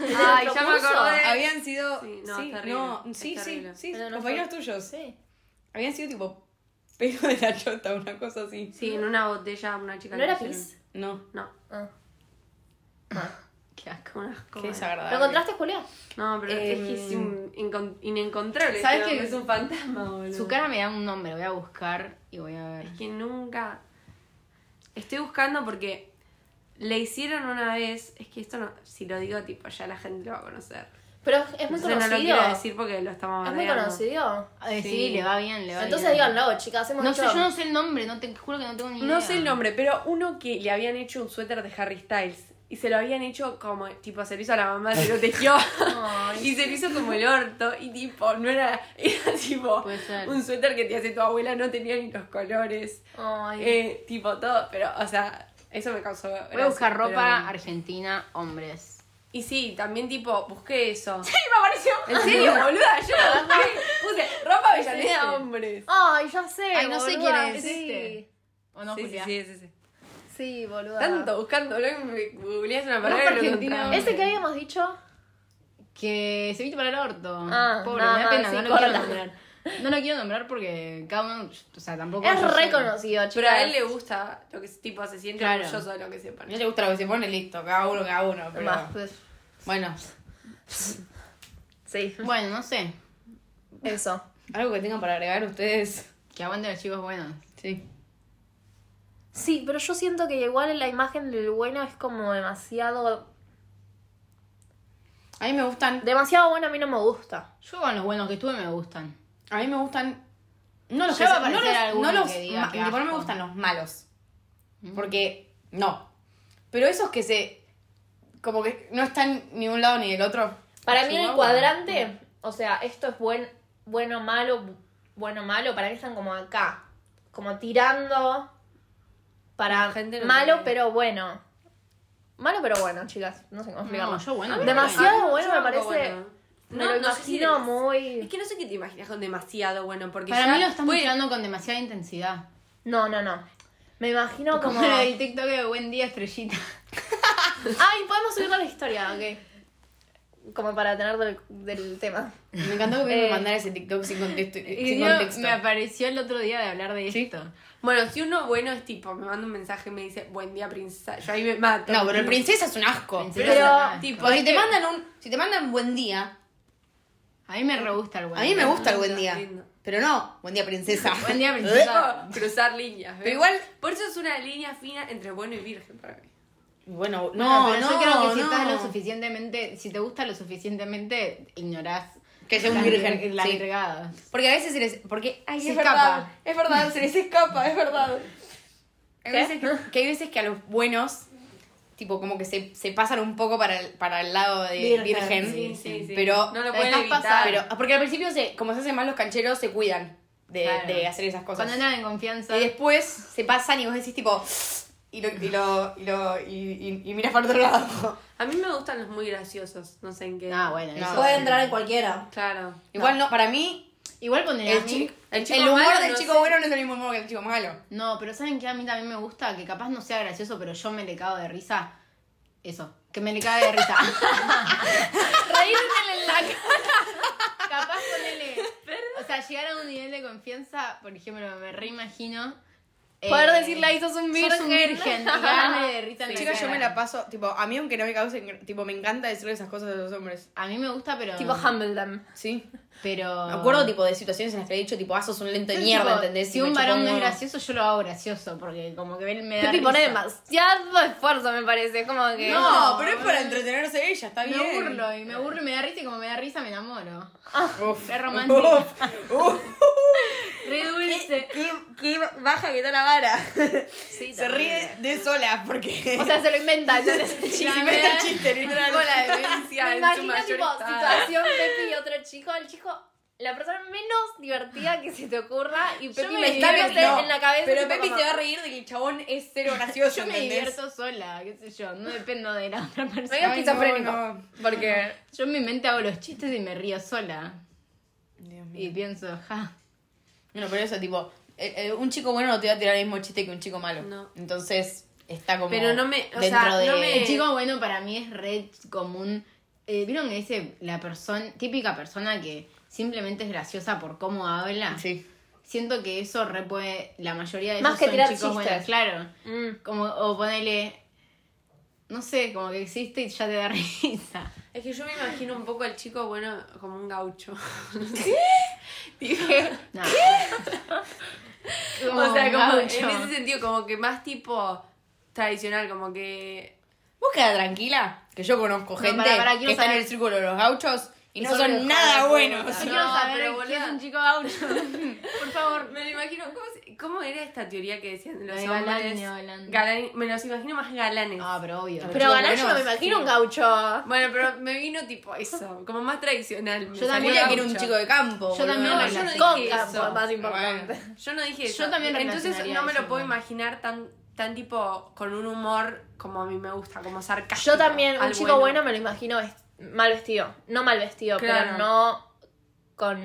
C: Ay, ya me
A: ¿Propuso?
C: acordé.
D: Habían sido...
C: Sí,
D: Sí,
C: no,
D: no,
C: es terrible, es
D: sí, sí,
C: terrible.
D: sí,
A: Pero no
D: compañeros tuyos.
A: Sí.
D: Habían sido tipo pelo de la chota, una cosa así.
C: Sí, en una botella una chica.
A: ¿No
C: le
A: era
C: pusieron-
A: pis?
D: No,
C: No,
A: Ah.
B: Qué asco.
C: con asco.
D: qué
C: eh.
A: ¿Lo
D: desagradable.
A: encontraste, Julia?
C: No, pero
D: Eh,
A: Em,
C: es que es in- incon- inencontrable.
B: ¿Sabes
C: creo
B: qué?
C: es un fantasma, boludo?
B: Su cara me da un nombre, voy a buscar y voy a ver.
C: Es que nunca. Estoy buscando porque le hicieron una vez. Es que esto no. Si lo digo, tipo, ya la gente lo va a conocer.
A: Pero es- es muy
C: Entonces no lo
A: conocido.
C: quiero decir porque lo estamos
A: Es muy
C: bardeando.
A: conocido.
B: A ver, sí.
C: Sí.
B: Ah, le va bien, le va
A: Entonces
B: bien.
A: díganlo, chicas. Hemos
B: No
A: hecho-
B: sé, yo no sé el nombre, no te te juro que no tengo ni idea.
C: No sé el nombre, pero uno que le habían hecho un suéter de Harry Styles. Y se lo habían hecho como, tipo, se lo hizo a la mamá, se lo tejió.
A: Ay.
C: y se lo hizo como el orto. Y tipo, no era, era tipo
B: Puede ser.
C: un suéter que te hace tu abuela, no tenía ni los colores.
A: Ay.
C: Eh, tipo todo, pero, o sea, eso me causó.
B: Voy a buscar ropa
C: Pero...
B: argentina, hombres.
C: Y sí, también tipo, busqué eso.
B: ¡Sí, me apareció!
C: ¿En serio, boluda? Yo lo busqué. Puse ropa
A: ese.
C: avellaneda hombres.
A: Ay, ya sé.
B: Ay, no sé
A: boluda.
B: quién es.
A: Sí,
B: ¿O no,
C: Sí, sí,
B: Julia?
C: sí, sí, sí.
A: sí, boluda.
C: Tanto buscándolo y me googleás una palabra y lo
B: argentina,
C: encontrás.
A: ¿Ese que habíamos dicho?
B: Que se viste para el orto.
A: Ah,
B: Pobre,
A: no,
B: me da
A: no,
B: pena,
A: sí,
B: no lo quiero
A: corta.
B: nombrar. No lo quiero nombrar porque cada uno, o sea, tampoco... yo
A: Es
B: sé.
A: reconocido, chicas.
C: Pero a él le gusta lo que tipo se siente
B: Claro.
C: orgulloso de lo que se
D: A mí
C: pone.
D: le gusta lo que se pone, listo, cada uno, cada uno. Pero...
A: Más, pues,
D: Bueno,
A: Sí.
B: Bueno, no sé.
A: Eso.
D: algo que tengan para agregar ustedes.
B: Que aguanten los chicos buenos.
D: Sí.
A: Sí, pero yo siento que igual la imagen del bueno es como demasiado.
D: A mí me gustan
A: Demasiado bueno a mí no me gusta.
B: Yo con los buenos que estuve me gustan.
D: A mí me gustan. No los
B: Ya
D: que-
B: va a aparecer
D: no los-
B: alguno
D: no los
B: que diga
D: ma-
B: qué
D: tipo, no me
B: asco. Mm.
D: gustan los malos. Porque no. Pero esos que se. Como que no están ni de un lado ni del otro.
A: Para mí en el
D: Chihuahua.
A: cuadrante, o sea, esto es buen, bueno, malo, bu- bueno, malo, para mí están como acá. Como tirando para
C: La gente no
A: malo,
C: tiene-
A: pero bueno. Malo, pero bueno, chicas. No sé cómo explicarlo.
B: No, yo bueno. me
A: Demasiado
C: Ah,
A: bueno
C: yo
A: me
C: tampoco
A: parece.
C: bueno.
A: Me lo
C: sé si
A: imagino
C: demasi-
A: muy-
C: Es que no sé qué te imaginas con demasiado bueno, porque
B: Para
C: ya-
B: mí lo están
C: Bueno,
B: mirando con demasiada intensidad.
A: No, no, no. Me imagino como.
B: Como lo del TikTok de Buen Día Estrellita.
A: Ay, podemos subirlo a la historia, ok. Como para tener del, del tema.
D: Me encantó que me
A: Eh.
D: mandar ese TikTok sin contexto.
B: Y
D: Sin
B: yo-
D: contexto.
B: me apareció el otro día de hablar de
D: Sí.
B: esto.
C: Bueno, si uno bueno es tipo, me manda un mensaje y me dice, buen día, princesa. Yo ahí me mato.
D: No, pero el princesa es un asco.
B: Princesa.
C: Pero,
A: Pero-
C: tipo,
D: O
C: es
D: si te
C: que-
D: mandan un. Si te mandan buen día.
B: A mí me re gusta el buen
D: A mí me
B: día.
D: gusta el buen día.
C: Lindo.
D: Pero no, buen día princesa.
B: Buen día, princesa.
C: Tipo, cruzar líneas. ¿ves?
D: Pero igual-
C: Por eso es una línea fina entre bueno y virgen para mí.
D: Bueno,
B: No,
D: no, no,
B: yo creo que si
D: no.
B: estás lo suficientemente, si te gusta lo suficientemente, ignorás
D: Que sea un
B: las-
D: virgen.
B: las
D: sí.
B: agregadas.
D: Porque a veces se les. Porque. Ay,
B: Se
D: es
B: escapa.
D: verdad. Es verdad, se les escapa, es verdad.
A: ¿Qué?
D: Hay veces que, que hay veces que a los buenos, tipo, como que se, se pasan un poco para el, para el lado de
A: Virgen,
D: virgen.
B: sí, sí,
D: Pero.
C: no lo
B: la
C: pueden
B: dejás
C: evitar.
B: pasar,
D: pero- porque al principio, se, como se hacen más los cancheros, se cuidan de,
B: Claro.
D: de hacer esas cosas.
B: Cuando andan en confianza.
D: Y después se pasan y vos decís, tipo. Y lo. Y, lo, y, lo- y- y- y miras para otro lado.
C: A mí me gustan los muy graciosos. No sé en qué.
B: Ah, bueno,
D: No.
B: eso
D: Puede
B: sí.
A: en cualquiera.
C: Claro.
D: Igual no, para mí.
B: Igual poner
C: El
B: a mí.
C: chico- el chico
D: El humor
C: malo,
D: del
C: no
D: chico
C: sé.
D: bueno no es el mismo humor que el chico malo.
B: No, pero ¿saben qué? A mí también me gusta que capaz no sea gracioso, pero yo me le cago de risa. Eso, que me le cague de risa. Reírme en la cara. Capaz ponerle. O sea, llegar a un nivel de confianza, por ejemplo, me reimagino. eh,
A: Poder decirle ahí sos un virgen.
B: Sos un virgen, y cagarme de risa en la
D: Chicas, yo
B: cara.
D: me la paso, tipo, a mí aunque no me causen, tipo, me encanta decirle esas cosas a los hombres.
B: A mí me gusta, pero.
A: Tipo humble them.
D: Sí.
B: Pero.
D: Me acuerdo, tipo, de situaciones en las que he dicho, tipo, ah, sos un lento de
B: Pero,
D: mierda,
B: tipo,
D: ¿entendés?
B: Si
D: Y me
B: un
D: chupó
B: varón
D: un
B: no es
D: huevo.
B: gracioso, yo lo hago gracioso, porque como que él me da.
A: Pepi pone
B: risa.
A: demasiado esfuerzo, me parece. Es como que.
D: No, pero es para entretenerse ella, está bien.
B: Me burlo, y me burlo y me da risa, y como me da risa, me enamoro.
D: Uf.
B: Qué romántico.
D: Uf. Uf.
B: Re dulce.
D: Qué, qué baja que está la vara.
A: Sí,
D: Se ríe de sola porque.
A: O sea, se lo inventa. ya no es el
D: se
A: chiste.
D: inventa el chiste, literal.
C: Tengo la demencia
A: Me
C: en su
A: imagino,
C: mayor
A: tipo,
C: estado.
A: situación Pepi y otro chico. El chico, la persona menos divertida que se te ocurra. Y Pepi
B: me
A: me
B: divierto.
A: está
D: No,
A: en la cabeza.
D: Pero
A: tipo,
D: Pepi
A: como-
D: te va a reír de que el chabón es cero gracioso.
B: Yo me
D: ¿entendés?
B: divierto sola, qué sé yo, no dependo de la otra
A: Medio
B: persona.
D: Ay,
A: esquizofrénico.
D: no, no.
A: Porque.
B: Yo en mi mente hago los chistes y me río sola.
D: Dios
B: Y
D: mío.
B: pienso, ja.
D: Bueno, pero eso, tipo, eh, eh, un chico bueno no te va a tirar el mismo chiste que un chico malo.
C: No.
D: Entonces, está como.
C: Pero no me- o
D: dentro
C: sea,
D: de.
C: no me-
B: El chico bueno para mí es re común. Eh, ¿Vieron que dice la persona, típica persona que simplemente es graciosa por cómo habla?
D: Sí.
B: Siento que eso re puede, la mayoría de
A: Más
B: esos
A: que
B: son
A: tirar
B: chicos
A: chistes.
B: buenos, claro.
A: mm,
B: Como, o ponele, no sé, como que existe y ya te da risa.
C: Es que yo me imagino un poco al chico, bueno, como un gaucho. Dije,
B: No.
C: o sea, como en
B: gaucho.
C: ese sentido, como que más tipo tradicional, como que...
D: Vos queda tranquila, que yo conozco gente
B: pará, pará, quiero
D: que está en
B: saber-
D: el círculo de los gauchos y no
A: son
D: son
A: los
D: nada
A: jodas,
D: buenos.
A: puta.
B: Yo
C: No,
B: quiero saber
C: pero
B: qué es
C: boluda.
B: un chico gaucho. Por favor.
C: Me lo imagino, ¿cómo, se- cómo era esta teoría que decían de los
B: de galán,
C: hombres?
B: de galán.
C: Galán- me los imagino más galanes.
B: Ah, pero obvio.
A: Pero
D: chicos
A: ganar yo no me
D: buenos,
A: imagino un gaucho.
C: Bueno, pero me vino tipo eso, como más tradicional. Me
B: Yo
D: Yo
C: salió
D: también quiero un
C: gaucho.
D: chico de campo.
B: Yo
D: boludo.
B: también
D: No,
B: lo
D: yo no
B: relaciono.
A: Con
C: dije
A: campo,
C: eso.
A: más importante.
C: Yo no dije eso.
B: Yo también
C: Entonces
B: relacionaría
C: no me
B: eso,
C: lo puedo
B: ¿no?
C: imaginar tan, tan tipo con un humor como a mí me gusta, como sarcástico.
A: Yo también, un
C: al
A: chico bueno. me lo imagino vest- mal vestido. No mal vestido,
C: Claro.
A: pero no con.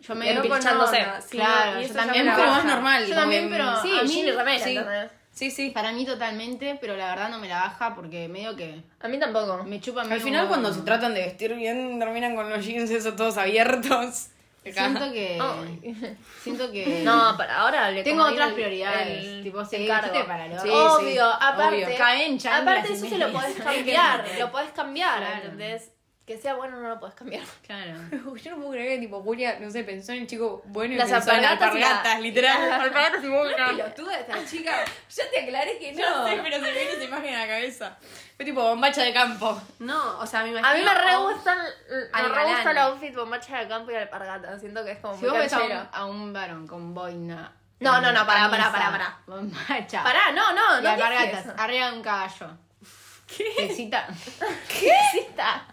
B: Yo
A: me
C: Pero
A: veo
C: con
A: pinchándose.
C: onda, sí,
B: Claro,
C: y
B: yo
C: eso ya
B: también,
C: me la
B: pero
C: baja.
D: más normal.
B: Yo
D: como
B: también,
D: que-
B: pero-
A: Sí,
B: a mí-
A: jean y remera,
D: sí.
A: ¿entendés?
D: Sí, sí.
B: Para mí totalmente, pero la verdad no me la baja porque medio que
A: A mí tampoco.
B: me chupa
D: Al final, cuando se tratan de vestir bien, terminan con los jeans esos todos abiertos. Acá.
B: Siento que.
A: Ay.
B: Siento que.
A: No, para ahora le
B: Tengo
A: comí
B: otras
A: el-
B: prioridades,
A: el-
B: tipo,
A: el
B: sí,
A: cargo.
B: vete para lo-
D: Sí, sí,
A: obvio, aparte.
D: obvio.
B: Caen chanclas
A: aparte,
B: y
A: eso se
B: medias.
A: lo podés cambiar. lo podés cambiar,
B: Claro.
A: ¿entendés? Que sea bueno no lo podés cambiar.
B: Claro.
D: Yo no puedo creer que, tipo, Julia, no sé, pensó en el chico bueno y
A: Las
D: pensó en
A: alpargatas y la-
D: alpargatas, literal. alpargatas y boca.
C: Pelotuda esta chica. Yo te aclaré que
D: No
C: no.
D: sé, pero se me viene esa imagen a la cabeza. Fue tipo bombacha de campo.
C: No, o sea, me imagino.
A: A mí me re
C: un-
A: gustan. Me
C: al
A: re gusta
C: galán.
A: el outfit con marcha de campo y alpargata. Siento que es como
B: Si
A: muy
B: vos ves a un,
A: canchero.
B: a un varón con boina.
A: No,
B: con
A: no, no, pará,
B: camisa,
A: pará, pará, pará.
B: bombacha,
A: Pará, no, no,
B: y
A: no.
B: alpargatas, Ah,
A: dije eso.
B: arriba de un caballo. ¿Qué? ¿Te excita?
A: ¿Qué exista?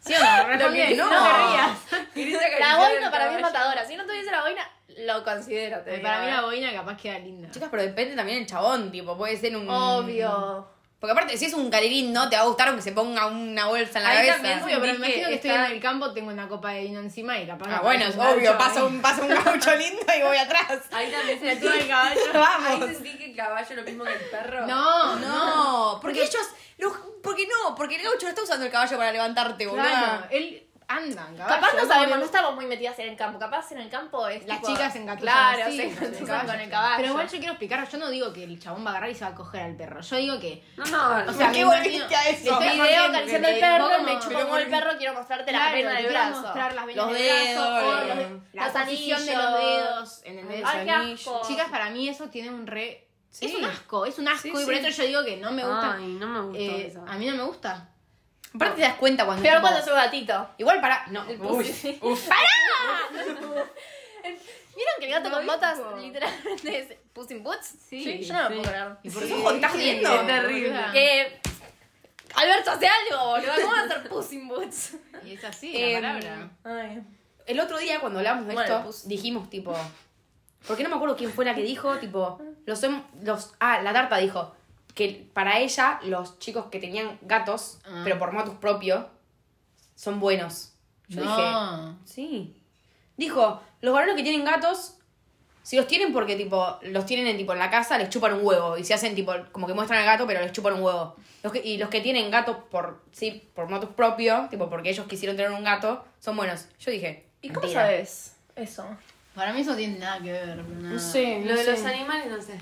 B: ¿Sí o no? Responde,
D: no.
B: no, te rías.
C: Querés
A: La
C: acariciar
A: boina
C: el
A: para mí es
C: caballo.
A: matadora. Si no tuviese la boina, lo considero. te
B: Eh,
A: digo,
B: Para mí
A: eh.
B: la boina capaz queda linda.
D: Chicas, pero depende también el chabón, tipo, puede ser un.
A: Obvio.
D: Porque aparte, si es un calerín, no te va a gustar aunque se ponga una bolsa en la
C: Ahí
D: cabeza.
C: también
B: Obvio, pero me
C: Dije,
B: imagino que estoy
C: está-
B: en el campo, tengo una copa de vino encima y capaz...
D: Ah, bueno, es
B: un ¿eh? gaucho
D: obvio,
B: ahí.
D: pasa un, pasa un gaucho lindo y voy atrás.
C: Ahí también se
B: Arriba del caballo.
C: Ahí
D: Vamos.
C: sentí que el caballo es lo mismo que el perro.
B: No, no.
D: No, porque ellos. Los, porque no, porque el gaucho no está usando el caballo para levantarte, boludo.
B: Claro, él anda en caballo.
A: Capaz no
B: es
A: sabemos,
B: obvio.
A: no estamos muy metidas en el campo. Capaz en el campo es.
B: Las
A: tipo-
B: chicas en
A: Claro, se engatusan con el caballo.
B: Pero igual yo quiero explicar, yo no digo que el chabón va a agarrar y se va a coger al perro. Yo digo que.
C: No, no.
B: O sea,
D: qué
B: me imagino-
D: volviste a eso?
B: Le estoy
A: video
B: cogiendo,
A: acariciando al
B: le-
A: perro,
B: vos
A: me
B: como-
A: chupó como el perro, quiero mostrarte la
B: Claro,
A: vena del
B: te quiero
A: brazo.
B: mostrar las venas
D: Los
B: del brazo,
D: dedos,
B: o
D: los-
B: los- la
A: los
B: posición de los
A: anillos.
B: dedos.
D: Ah.
B: ¿entendés?
A: Ay, qué asco.
B: Chicas, para mí eso tiene un re.
D: Sí.
B: Es un asco, es un asco.
D: Sí,
B: y por
D: sí.
B: eso yo digo que no me gusta.
C: Ay, no me gustó
B: Eh,
C: eso.
B: a mí no me gusta. Ah.
D: Aparte te das cuenta cuando.
A: Peor
D: tipo-
A: cuando es un gatito.
D: Igual para. No, uy. Uf.
A: ¿Vieron que el gato
B: Lo
A: con botas
B: dijo.
A: literalmente es Puss in Boots?
B: Sí,
A: yo no
B: sí.
A: lo puedo creer.
B: ¿Y por
D: Sí, ¿estás
B: Sí,
D: viendo?
B: boluda.
C: Terrible.
A: Ah. Que. Alberto hace algo, boludo. ¿Cómo va a ser Puss in Boots?
B: Y es así
D: Em,
B: la palabra.
A: Ay.
D: El otro día cuando hablamos de
A: Bueno,
D: esto,
A: pues-
D: dijimos tipo. Porque no me acuerdo quién fue la que dijo, tipo, los, hom- los ah, la tarta dijo que para ella los chicos que tenían gatos,
B: Ah.
D: pero por motus propio, son buenos. Yo dije,
B: no.
D: sí. Dijo, los varones que tienen gatos, si los tienen porque tipo, los tienen en tipo en la casa, les chupan un huevo. Y se hacen tipo, como que muestran al gato, pero les chupan un huevo. Los que- y los que tienen gato por, sí, por motos propios, tipo porque ellos quisieron tener un gato, son buenos. Yo dije,
A: ¿Y cómo
D: mentira.
A: sabes eso?
B: Para mí eso no tiene nada que ver. nada.
D: No sé,
C: Lo
D: no
C: de
D: sé.
C: los animales, no sé.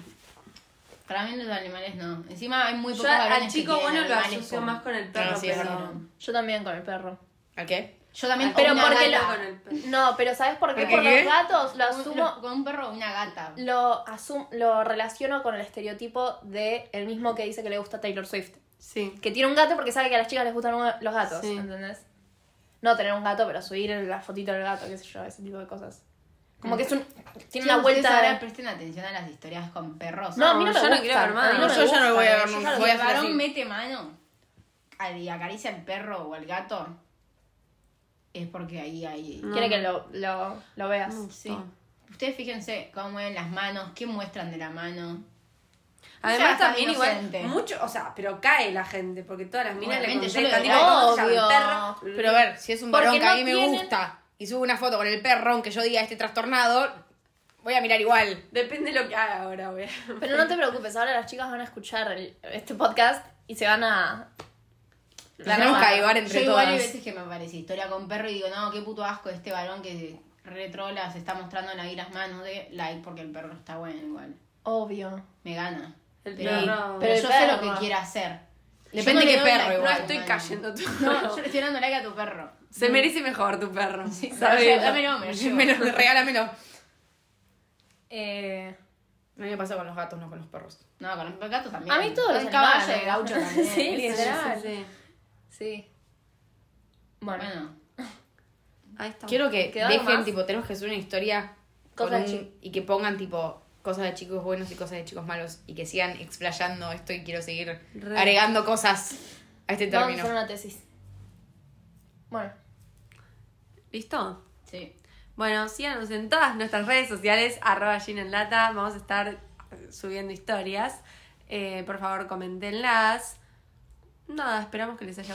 B: Para mí los animales no. Encima hay muy
C: Yo
B: pocos
C: al
B: varones que
C: chico
B: tienen
C: bueno lo
B: animales
C: asocio
B: como-
C: más con el
D: Ah,
C: perro,
D: sí, es verdad.
C: pero...
A: Yo también con el perro.
D: ¿A qué?
B: Yo también
A: Pero
B: con una
A: porque
B: gata.
C: con el perro.
A: No, pero ¿sabes por qué?
D: ¿Por qué
A: Por los
D: qué?
A: gatos lo
B: Con- lo-
A: asumo.
B: Con un perro o una gata.
A: Lo, asum- lo relaciono con el estereotipo de el mismo que dice que le gusta Taylor Swift.
C: Sí.
A: Que tiene un gato porque sabe que a las chicas les gustan un- los gatos,
C: Sí.
A: ¿entendés? No tener un gato, pero subir el- la fotito del gato, qué sé yo, ese tipo de cosas. Como que es un, tiene una
B: Chicos, ustedes
A: vuelta...
B: ahora presten atención a las historias con perros.
A: No, a mí no
C: No,
A: me
C: yo no
A: gusta.
C: quiero ver más.
A: a mí
C: No,
A: me
D: yo ya no
A: gusta,
D: voy a ver
A: yo
D: nunca.
A: ya
B: Si
D: Voy a
B: el
D: hacer
B: varón
D: así.
B: mete mano al- y acaricia al perro o al gato, es porque ahí hay...
C: No.
A: Quiere que lo, lo, lo veas.
B: Sí. Ustedes fíjense cómo mueven las manos, qué muestran de la mano. O sea,
C: Además
B: está
C: también igual
B: inocente.
C: mucho, o sea, pero cae la gente porque todas las minas le
B: Obviamente, yo
C: contestan
B: lo
C: tipo, ¿cómo se
A: obvio.
C: llama el perro?
D: Pero a ver, si es un
A: Porque
D: varón que
A: no
D: a mí me
A: tienen-
D: gusta y subo una foto con el perro, aunque yo diga este trastornado, voy a mirar igual.
C: Depende de lo que haga ahora, güey.
A: Pero no te preocupes, ahora las chicas van a escuchar el- este podcast y se van a...
D: La
A: van a-
D: vamos a caibar entre
B: Yo igual hay
D: todas.
B: veces que me aparece historia con perro y digo, no, qué puto asco este varón que retrola, se está mostrando ahí las manos de like porque el perro está bueno igual.
A: Obvio.
B: Me gana.
C: El
B: pero
C: perro.
B: pero
A: Pero el
B: yo sé
A: perro,
B: lo que
A: no.
B: quiera hacer.
D: Depende
B: de
D: qué perro
C: No
D: igual,
C: estoy cayendo tu
B: No, yo le estoy dando like a tu perro.
C: Se merece mejor tu perro.
B: Dame-
C: ¿sabes?
B: Dámelo, me lo llevo.
D: Me lo- regálamelo.
A: Eh,
D: A mí me pasa con los gatos, no con los perros.
B: No, con los gatos también.
A: A mí todos
B: Con
A: los
B: el caballo,
A: animales.
B: el gaucho también.
A: Sí,
B: qué sé yo.
A: literal.
C: Sí.
A: sí. Bueno.
B: Bueno,
C: Ahí está.
D: Quiero que
A: ¿Quedó
D: dejen,
A: algo más?
D: tipo, tenemos que hacer una historia con
A: Cosas de
D: un- y que pongan, tipo, cosas de chicos buenos y cosas de chicos malos y que sigan explayando esto y quiero seguir
C: Re.
D: agregando cosas a este
A: Vamos a
D: término.
A: hacer una tesis. Bueno.
C: ¿Listo?
B: sí.
C: Bueno, síganos en todas nuestras redes sociales, arroba Gin en Lata. Vamos a estar eh, subiendo historias. Eh, por favor, comentenlas. Nada, esperamos que les haya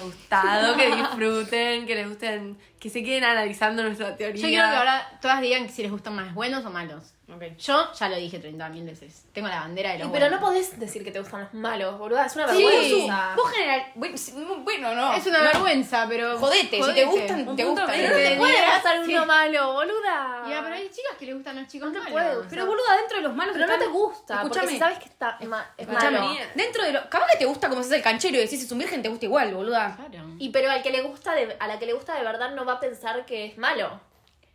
C: gustado, que disfruten, que les gusten, que se queden analizando nuestra teoría.
B: Yo quiero que ahora todas digan si les gustan más buenos o malos.
D: Ok.
B: Yo ya lo dije 30.000 veces. Tengo la bandera de los
A: Y, pero no
B: buenos.
A: podés decir que te gustan los malos, boluda. Es una
D: Sí,
A: vergüenza.
D: vos general- Bueno, sí, no, bueno, no.
B: Es una vergüenza, pero.
D: Jodete, si te gustan, te
C: punto
D: gustan.
C: medio.
A: No te
B: Sí.
A: puede gustar
B: Sí.
A: uno malo, boluda.
B: Ya, pero hay chicas que les gustan los chicos
A: No te
B: malos.
A: puede gustar.
D: Pero boluda, dentro de los malos
A: Pero no
D: están-
A: te gusta, porque
D: Escuchame,
A: si sabes que está ma- es
D: escuchame.
A: malo.
D: Dentro de lo... Capaz que te gusta como se hace el canchero y decís, es un virgen, te gusta igual, boluda.
B: Claro.
A: Y pero al que le gusta de- a la que le gusta de verdad no va a pensar que es malo.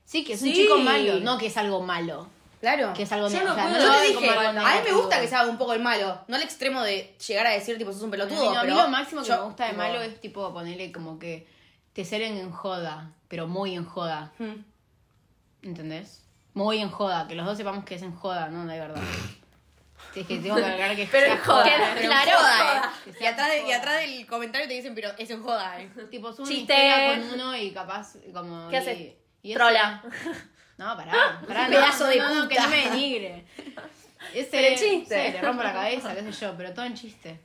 B: Sí, que es
D: Sí.
B: un chico malo, no que es algo malo.
D: Claro.
B: Que es algo
C: Yo
B: ne-
C: no
B: o sea,
C: puedo-
B: lo
D: Yo
B: voy
D: te
B: a
D: dije,
B: comparar
D: a
B: con
D: mí
B: algo
D: me gusta que
B: negativo.
D: sea un poco el malo, no al extremo de llegar a decir, tipo, sos un pelotudo,
B: No, a mí
D: pero...
B: lo máximo que
D: yo-
B: me gusta de
D: tipo,
B: malo es tipo ponerle como que te salen en joda, pero muy en joda.
D: Hmm.
B: ¿Entendés? Muy en joda, que los dos sepamos que es en joda, no de verdad. Sí, es que tengo que aclarar que
A: Pero
B: sea
A: en joda.
B: joda.
D: Pero
A: Claro,
D: en
A: joda.
D: eh. Y atrás, de- y atrás del comentario te dicen, pero es en joda, eh.
B: Tipo, subo
A: Chiste.
B: una historia con uno y capaz como...
A: ¿Qué
B: y-
A: haces?
B: y ese-
A: Trola.
B: No, pará. pará no,
D: Pedazo
B: no,
D: de
B: no, no, que
D: puta.
B: no me denigre. Ese,
A: Pero en chiste.
B: sí, le rompo la cabeza, qué sé yo, pero todo en chiste.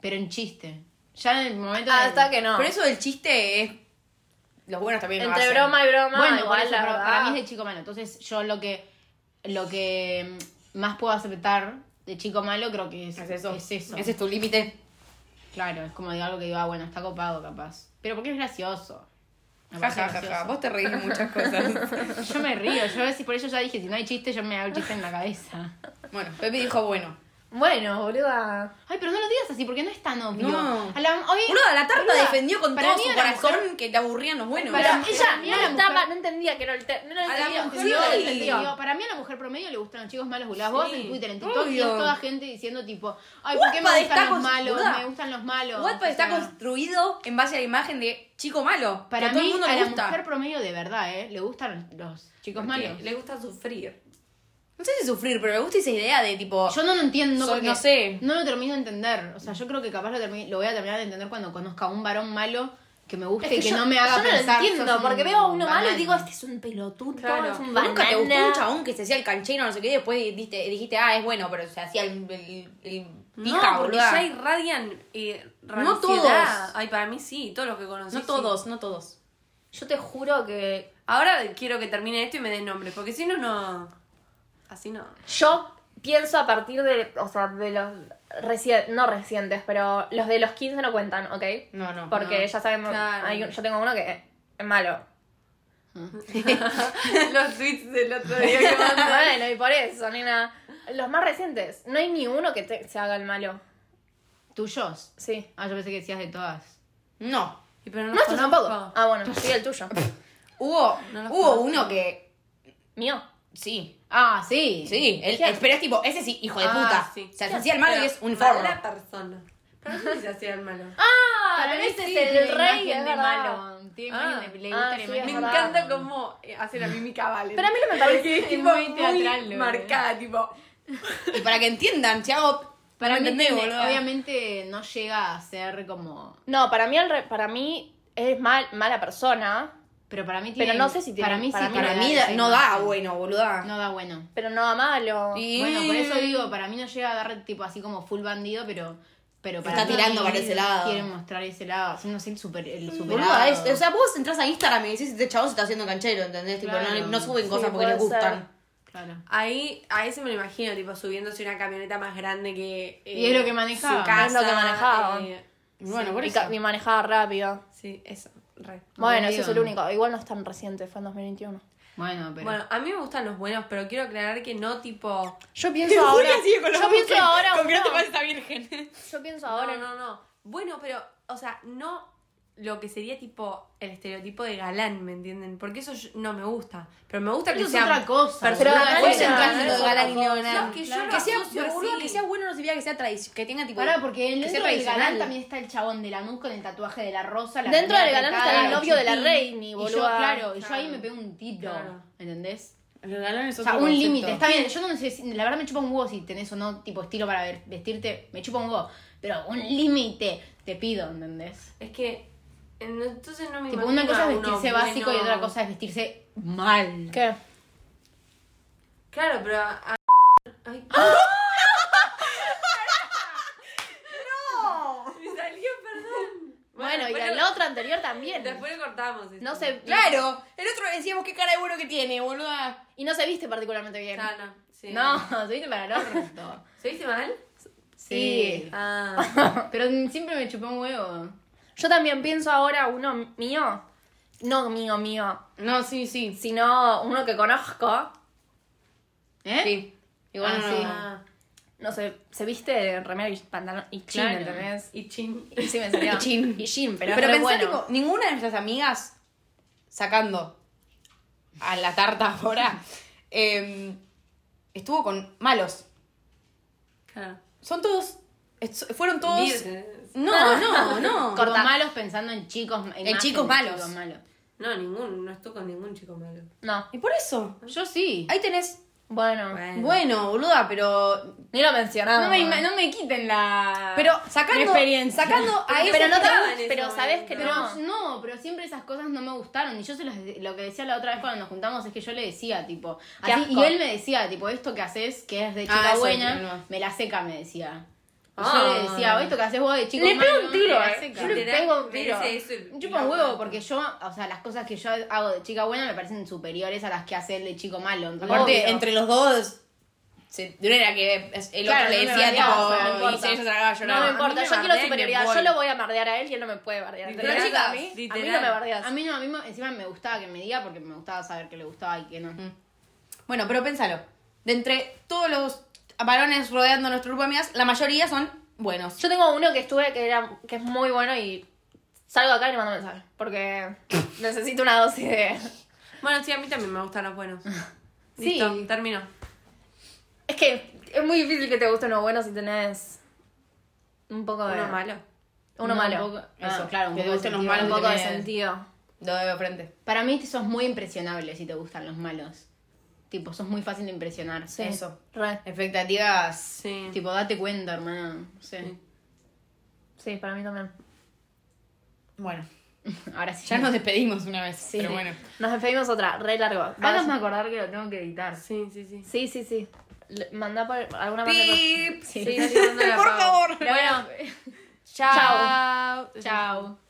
B: Pero en chiste. Ya en el momento... del-
A: Hasta Ah, que no.
D: Por eso el chiste es... Los buenos también lo
A: Entre
D: hacen.
A: broma y broma,
B: Bueno,
A: igual
B: por eso,
A: la
B: pero
A: verdad.
B: para mí es de chico malo. Entonces, yo lo que lo que mm, más puedo aceptar de chico malo creo que es,
D: Es eso.
B: es eso.
D: Ese es tu límite.
B: Claro, es como de algo que digo, ah, bueno, está copado capaz. Pero porque es gracioso. Me
D: Ja,
B: parece
D: ja, ja, ja.
B: gracioso.
D: Vos te reís de muchas cosas.
B: Yo me río, yo a veces por eso ya dije, si no hay chiste, yo me hago el chiste en la cabeza.
D: bueno, Pepe dijo bueno.
A: Bueno, boluda.
B: Ay, pero no lo digas así, porque no es tan obvio.
D: No.
B: A la, hoy-
D: Boluda, la tarta
B: Boluda,
D: defendió con
B: para
D: todo
B: mí
D: su
B: a la
D: corazón
B: mujer-
D: que te aburrían los buenos.
A: Pero
B: Para-
A: ella
B: para mí a la
A: no estaba,
B: mujer-
A: no entendía que era el te- no lo
C: A la
A: entendía.
C: mujer
A: Sí,
D: no
A: lo
D: le
A: entendió.
B: Digo, para mí a la mujer promedio le gustan los chicos malos boludas. Vos
C: Sí,
B: en Twitter, en TikTok,
D: obvio.
B: y es toda gente diciendo tipo, ay, ¿por qué me
D: Wattpad
B: gustan
D: está
B: los
D: con-
B: malos?
D: boluda.
B: Me gustan los malos.
D: Wattpad
B: O
D: está
B: sea,
D: construido en base a la imagen de chico malo. que
B: Para
D: a todo
B: mí,
D: el mundo
B: a
D: le
B: la
D: gusta.
B: mujer promedio de verdad, ¿eh? Le gustan los chicos malos.
C: Le gusta sufrir.
D: No sé si sufrir, pero me gusta esa idea de tipo.
B: Yo no lo entiendo
D: Soy-
B: porque
D: no sé.
B: No lo termino de entender. O sea, yo creo que capaz lo, termi- lo voy a terminar de entender cuando conozca a un varón malo que me guste
A: Es
B: y que
A: yo-
B: no me haga
A: yo
B: pensar.
A: no lo entiendo,
B: "Sos
A: porque
B: un
A: veo a uno malo y
B: banana".
A: digo, este es un pelotudo,
C: Claro.
A: es un banana.
D: Nunca te gustó un chabón que se hacía el canchero, no sé qué, y después dijiste, dijiste, ah, es bueno, pero se hacía el, el, el pija,
C: no, porque
D: boluda.
C: ya irradian eh,
D: No
C: radicidad.
D: todos.
C: Ay, para mí sí, todos los que conocí.
D: No
C: sí.
D: todos, no todos.
A: Yo te juro que
C: Ahora quiero que termine esto y me den nombres, porque si no, no. Así no.
A: Yo pienso a partir de, o sea, de los recientes, no recientes, pero los de los 15 no cuentan, ¿ok?
D: No, no.
A: Porque
B: no,
A: ya sabemos,
C: claro.
A: hay un- yo tengo uno que es malo.
C: Los tweets del otro día que mandé.
A: bueno, y por eso, nena. Los más recientes, no hay ni uno que te- se haga el malo.
B: ¿Tuyos?
A: Sí.
B: Ah, yo pensé que decías de todas.
D: No.
C: Y pero no,
A: No,
C: los
A: tú
C: conozco.
A: tampoco. Ah, bueno, sí, el tuyo.
D: Hubo,
C: No los
D: hubo
C: conozco.
D: uno que.
A: Mío.
D: Sí.
B: Ah, sí.
D: Sí. él-
A: ¿Quién?
D: pero es tipo, ese sí, hijo de
C: Ah,
D: puta.
C: sí.
D: O sea, se hacía el malo y es un forro.
C: Mala persona. Pero no sé si se hacía el malo.
A: Ah,
B: Para mí
A: ese
B: sí,
A: es
B: tiene
A: el rey,
B: imagen
A: es
B: de
A: verdad.
B: malo. Tiene
C: Ah,
B: imagen de le
A: ah,
B: gusta la
A: sí,
B: imagen
A: es
C: Me
B: de
A: verdad.
C: encanta cómo eh, hace la mímica Valen.
A: Pero a mí no me parece.
C: Porque es tipo
B: muy
C: muy
B: teatral, boludo.
C: marcada, tipo.
D: Y para que entiendan, si hago.
B: Para ah,
D: no
B: mí,
D: entendés,
B: tiene-
D: boluda.
B: obviamente, no llega a ser como...
A: No, para mí, el re- para mí es mal, mala persona,
B: Pero para mí tiene...
A: Pero no sé si tiene-
B: Para mí sí
A: para mí
D: Para
B: tiene
D: mí
B: esa
D: da- no da
B: imagen.
D: bueno, boluda.
B: No da bueno.
A: pero no a malo.
D: Y-
B: Bueno, por eso digo, para mí no llega a dar tipo así como full bandido, pero... pero para
D: Está
B: mí
D: tirando para ese lado.
B: Quieren mostrar ese lado. No sé, el super... El
D: Boluda, es,
B: superado.
D: o sea, vos entras a Instagram y decís, este chavo se está haciendo canchero, ¿entendés? Tipo,
B: Claro.
D: no, no suben
A: Sí,
D: cosas porque les
A: puede ser.
D: gustan.
B: Claro.
C: Ahí, ahí se me lo imagino, tipo, subiéndose una camioneta más grande que. eh,
B: Y es lo que manejaba.
C: Su casa,
A: Es lo que manejaba.
C: eh,
D: Bueno, por
A: Y
D: eso.
A: ca- y manejaba rápido.
C: sí, eso, re.
A: Bueno,
B: Digo.
A: ese es el único. Igual no es tan reciente, fue en 2021.
B: Bueno, pero...
C: Bueno, a mí me gustan los buenos, pero quiero aclarar que no tipo.
A: Yo pienso ahora. yo pienso ahora. uno.
D: esta virgen.
A: Yo pienso ahora.
C: No, no, no. Bueno, pero, o sea, no lo que sería tipo el estereotipo de galán, ¿me entienden? Porque eso yo- no me gusta. Pero me gusta
B: Eso
C: que
B: es
C: sean
B: otra cosa,
A: boluda.
C: personas
A: Pero
C: buenas,
A: puedes entrar en lo de
C: ¿no?
A: galán y
C: ¿eh? No, que yo lo
D: que, sea,
C: asocio
D: boluda,
C: así.
D: que sea bueno no significa que sea tradicional. Que tenga tipo.
B: Pará, porque
D: que sea
B: dentro del
D: tradicional.
B: galán también está el chabón de la Lanús con el tatuaje de la rosa. La
A: Dentro del
B: remera
A: galán
B: tricada,
A: está el novio de la
B: chipín.
A: reina,
B: Y yo,
A: boluda.
B: claro, y yo ahí
C: Claro.
B: me pego un tiro,
C: Claro.
B: ¿entendés?
D: Los galanes
B: O sea, un límite. Está bien, yo no sé, si- la verdad me chupa un huevo si tenés o no tipo estilo para ver- vestirte, me chupa un huevo. Pero un límite te pido, ¿entendés?
C: Es que, en- entonces no me
B: Tipo,
C: imagino
B: una cosa
C: a
B: es
C: uno
B: vestirse básico y
C: bueno.
B: otra cosa es vestirse mal.
A: ¿Qué?
C: Claro, pero... a- a- Ay. ¡No! Me salió, perdón.
A: Bueno, y
C: después
A: el
C: lo-
A: otro anterior también.
C: Después lo cortamos. esto.
A: No se.
D: Claro, el otro le decíamos qué cara de bueno que tiene, boluda.
A: Y no se viste particularmente bien.
C: No, no. Sí.
A: No, se viste para el orto.
C: ¿Se viste mal?
B: Sí.
C: Ah.
B: Pero siempre me chupó un huevo.
A: Yo también pienso ahora uno mío. No mío, mío.
D: No, sí, sí.
A: Sino uno que conozco.
B: ¿Eh?
D: Sí. Igual
B: Ah,
D: no,
B: sí.
D: no.
C: Ah.
A: No sé, se viste de remera y pantalón y chin,
B: Claro.
A: ¿entendés?
C: Y chin.
A: Y sí me salió.
D: Y jean.
A: Y jean, pero,
D: Pero,
A: re
D: pensé,
A: bueno.
D: tipo, ninguna de nuestras amigas sacando a la tarta ahora eh, estuvo con malos.
C: Claro.
D: Son todos. est- Fueron todos.
C: Vírgenes.
D: No, no, no.
B: Tipo,
A: Corta.
B: malos pensando en chicos, en
D: En chicos
B: imágenes,
D: malos.
B: malos.
C: No, ningún. No estoy con ningún chico malo.
A: No.
D: Y por eso.
B: Yo sí.
D: Ahí tenés.
A: Bueno.
D: Bueno, boluda, pero.
A: Ni lo mencionamos.
B: No me, ima- no me quiten la.
D: Pero sacando.
B: experiencia.
D: Sacando a ese.
A: pero no te
C: estaban en
A: pero
C: ese
A: sabes que
B: Pero
A: no.
B: no, pero siempre esas cosas no me gustaron. Y yo se los, lo que decía la otra vez cuando nos juntamos es que yo le decía, tipo.
A: Qué
B: así-
A: asco.
B: y él me decía, tipo, esto que haces, que es de
D: Ah,
B: chica
D: eso,
B: buena,
D: no.
B: me la seca, me decía. Y
C: Ah.
B: Yo le decía, esto que haces vos de chico
A: Le
B: malo,
A: pego un tiro,
B: me la
A: eh.
B: seca".
A: Yo le pego un tiro.
B: Me Chupa un huevo, porque yo, o sea, las cosas que yo hago de chica buena me parecen superiores a las que hace él de chico malo. Entonces,
D: Aparte,
A: Obvio.
D: entre los dos. Se, no era que es- el
A: Claro, no
D: otro le
A: me
D: decía,
A: bardeaba, o sea, no
D: tipo. y
A: importa.
D: se ella se la cagaba
A: No me
D: llorando.
A: importa,
C: me
A: yo quiero
C: bardea y me
A: superioridad. Yo
C: voy.
A: lo voy a bardear a él y él no me puede bardear.
C: Literal,
A: ¿entendés?
D: chicas,
A: a mí, a mí no
C: literal.
A: me bardeas.
B: A mí no, a mí me- encima me gustaba que me diga porque me gustaba saber que le gustaba y que no.
D: Bueno, pero pensalo. De entre todos los varones rodeando nuestro grupo de amigas, la mayoría son buenos.
A: Yo tengo uno que estuve que era que es muy bueno y salgo acá y le mando mensaje. Porque necesito una dosis de.
C: Bueno, sí, a mí también me gustan los buenos.
B: Sí.
C: Listo, terminó.
A: Es que es muy difícil que te guste uno bueno si tenés un poco de.
C: Uno malo.
A: Uno
B: No,
A: malo.
B: Un poco,
D: Ah,
B: eso, claro, un
D: que te
B: poco, de
D: gusten los
B: sentido.
D: malos
A: Un poco de
D: tenés.
A: sentido.
D: Lo veo frente.
B: Para mí sos muy impresionable si te gustan los malos. Tipo, sos muy fácil de impresionar.
A: Sí.
D: Eso.
A: Re.
D: Expectativas.
C: Sí.
B: Tipo, date cuenta, hermana. No sé.
A: Sí, para mí también.
D: Bueno.
B: Ahora sí.
D: Ya nos despedimos una vez, pero bueno.
A: Nos despedimos otra, re largo.
B: Háganme acordar que lo tengo que editar.
C: Sí, sí, sí.
A: Ah, Sí, sí, sí. Le- Mandá por alguna
D: Pip.
A: Sí,
C: Sí,
A: sí.
C: sí, no la
D: Por
C: apago.
D: favor.
A: Bueno,
C: Chao.
B: Chao.